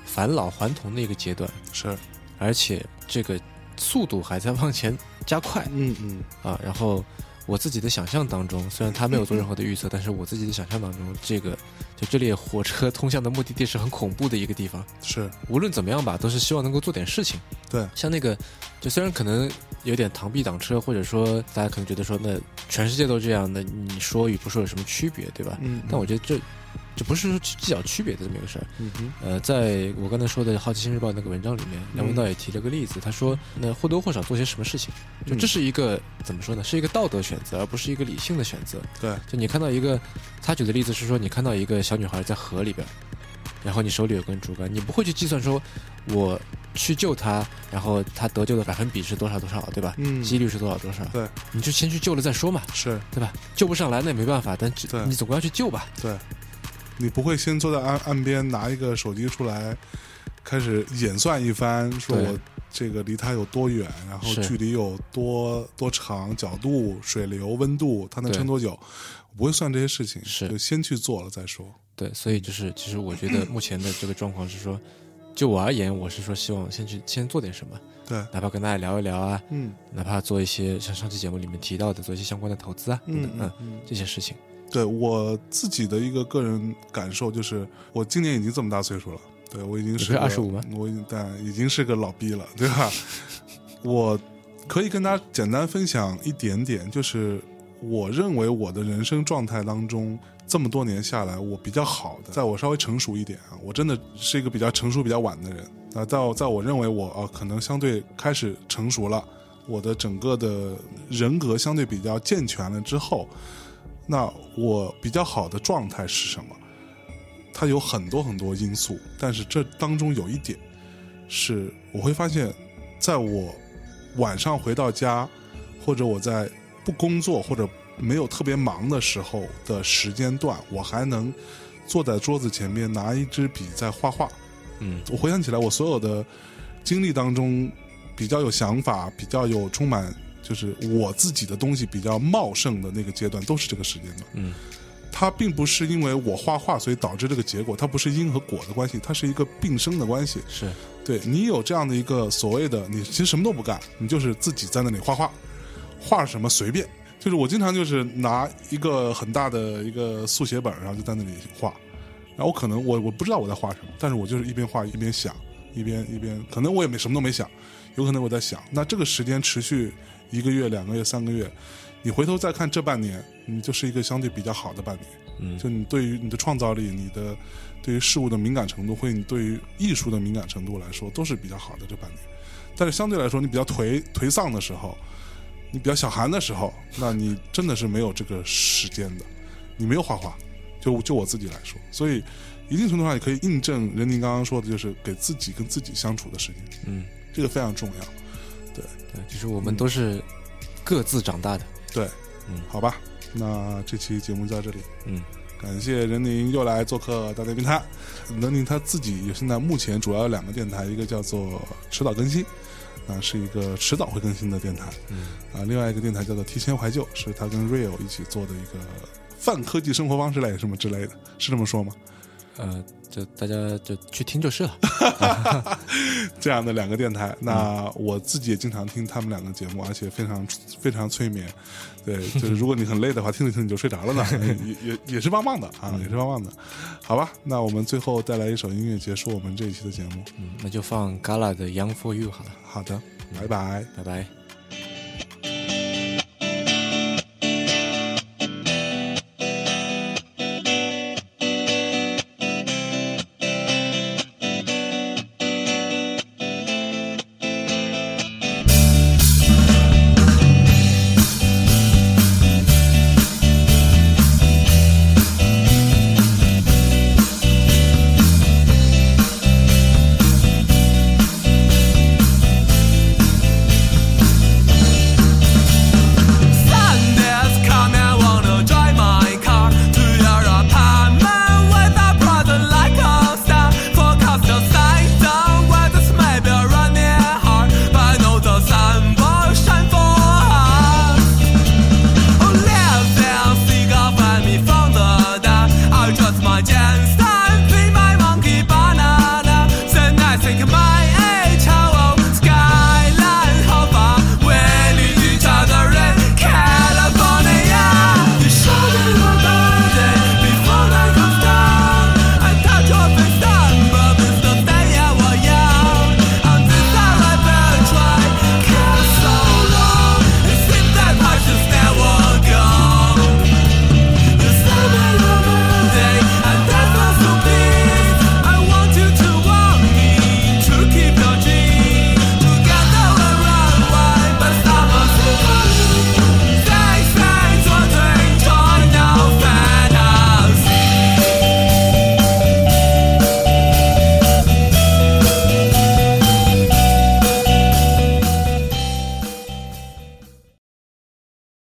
返老还童的一个阶段，
是
而且这个速度还在往前加快，
嗯嗯
啊，然后我自己的想象当中，虽然他没有做任何的预测，但是我自己的想象当中，这个就这列火车通向的目的地是很恐怖的一个地方。
是
无论怎么样吧，都是希望能够做点事情。
对，
像那个，就虽然可能有点螳臂挡车，或者说大家可能觉得说，那全世界都这样，那你说与不说有什么区别，对吧？
嗯
但我觉得这这不是说计较区别的这么一个事儿。
嗯哼
呃，在我刚才说的《好奇心日报》那个文章里
嗯
面，梁文道也提了个例子，他说，那或多或少做些什么事情，就
嗯
这是一个怎么说呢？是一个道德选择，而不是一个理性的选择。
对
就你看到一个，他举的例子是说，你看到一个小女孩在河里边，然后你手里有根竹竿，你不会去计算说，我去救她，然后她得救的百分比是多少多少，对吧？
嗯
几率是多少多少？
对，
你就先去救了再说嘛，
是
对吧？救不上来那也没办法，但只
对
你总归要去救吧。
对，你不会先坐在岸岸边拿一个手机出来，开始演算一番，说
对
我这个离它有多远，然后
是
距离有多多长，角度、水流、温度，它能
对
撑多久？我不会算这些事情，
是
就先去做了再说。
对，所以就是，其实我觉得目前的这个状况是说，就我而言，我是说希望先去先做点什么，
对，
哪怕跟大家聊一聊啊，
嗯
哪怕做一些像上期节目里面提到的，做一些相关的投资啊，等
嗯
等，
嗯
嗯，
嗯，
这些事情。
对我自己的一个个人感受就是，我今年已经这么大岁数了，对我已经是
你
个
不是25吗？
我已经但已经是个老逼了，对吧？我可以跟大家简单分享一点点，就是我认为我的人生状态当中，这么多年下来，我比较好的，在我稍微成熟一点啊，我真的是一个比较成熟比较晚的人啊，在我在我认为我啊可能相对开始成熟了，我的整个的人格相对比较健全了之后，那我比较好的状态是什么？它有很多很多因素，但是这当中有一点是，我会发现，在我晚上回到家，或者我在不工作或者没有特别忙的时候的时间段，我还能坐在桌子前面拿一支笔在画画。
嗯
我回想起来，我所有的经历当中，比较有想法，比较有充满就是我自己的东西比较茂盛的那个阶段，都是这个时间段。
嗯，
它并不是因为我画画所以导致这个结果，它不是因和果的关系，它是一个并生的关系。
是
对你有这样的一个所谓的，你其实什么都不干，你就是自己在那里画画，画什么随便。就是我经常就是拿一个很大的一个速写本，然后就在那里画，然后我可能我我不知道我在画什么，但是我就是一边画一边想，一边一边可能我也没什么都没想，有可能我在想。那这个时间持续一个月、两个月、三个月，你回头再看这半年，你就是一个相对比较好的半年。
嗯
就你对于你的创造力、你的对于事物的敏感程度，或者你对于艺术的敏感程度来说，都是比较好的这半年。但是相对来说，你比较颓颓丧的时候，你比较小寒的时候，那你真的是没有这个时间的，你没有画画。就就我自己来说，所以一定程度上也可以印证任宁刚刚说的，就是给自己跟自己相处的时间，
嗯，
这个非常重要。
对，就是我
嗯
们都是各自长大的。
对，
嗯
好吧，那这期节目就到这里。
嗯，
感谢任宁又来做客大内密探。任宁他自己现在目前主要有两个电台，一个叫做迟早更新，啊、是一个迟早会更新的电台，
嗯
啊、另外一个电台叫做提前怀旧，是他跟 Real 一起做的一个泛科技生活方式类什么之类的，是这么说吗？
呃，就大家就去听就是了。
这样的两个电台，那我自己也经常听他们两个节目，而且非常非常催眠。对，就是如果你很累的话，听着听着你就睡着了呢，也也也是棒棒的啊，也是棒棒的。好吧，那我们最后带来一首音乐结束我们这一期的节目。
嗯，那就放 Gala 的《Young for You》好了，
好的，拜拜。
拜拜。
after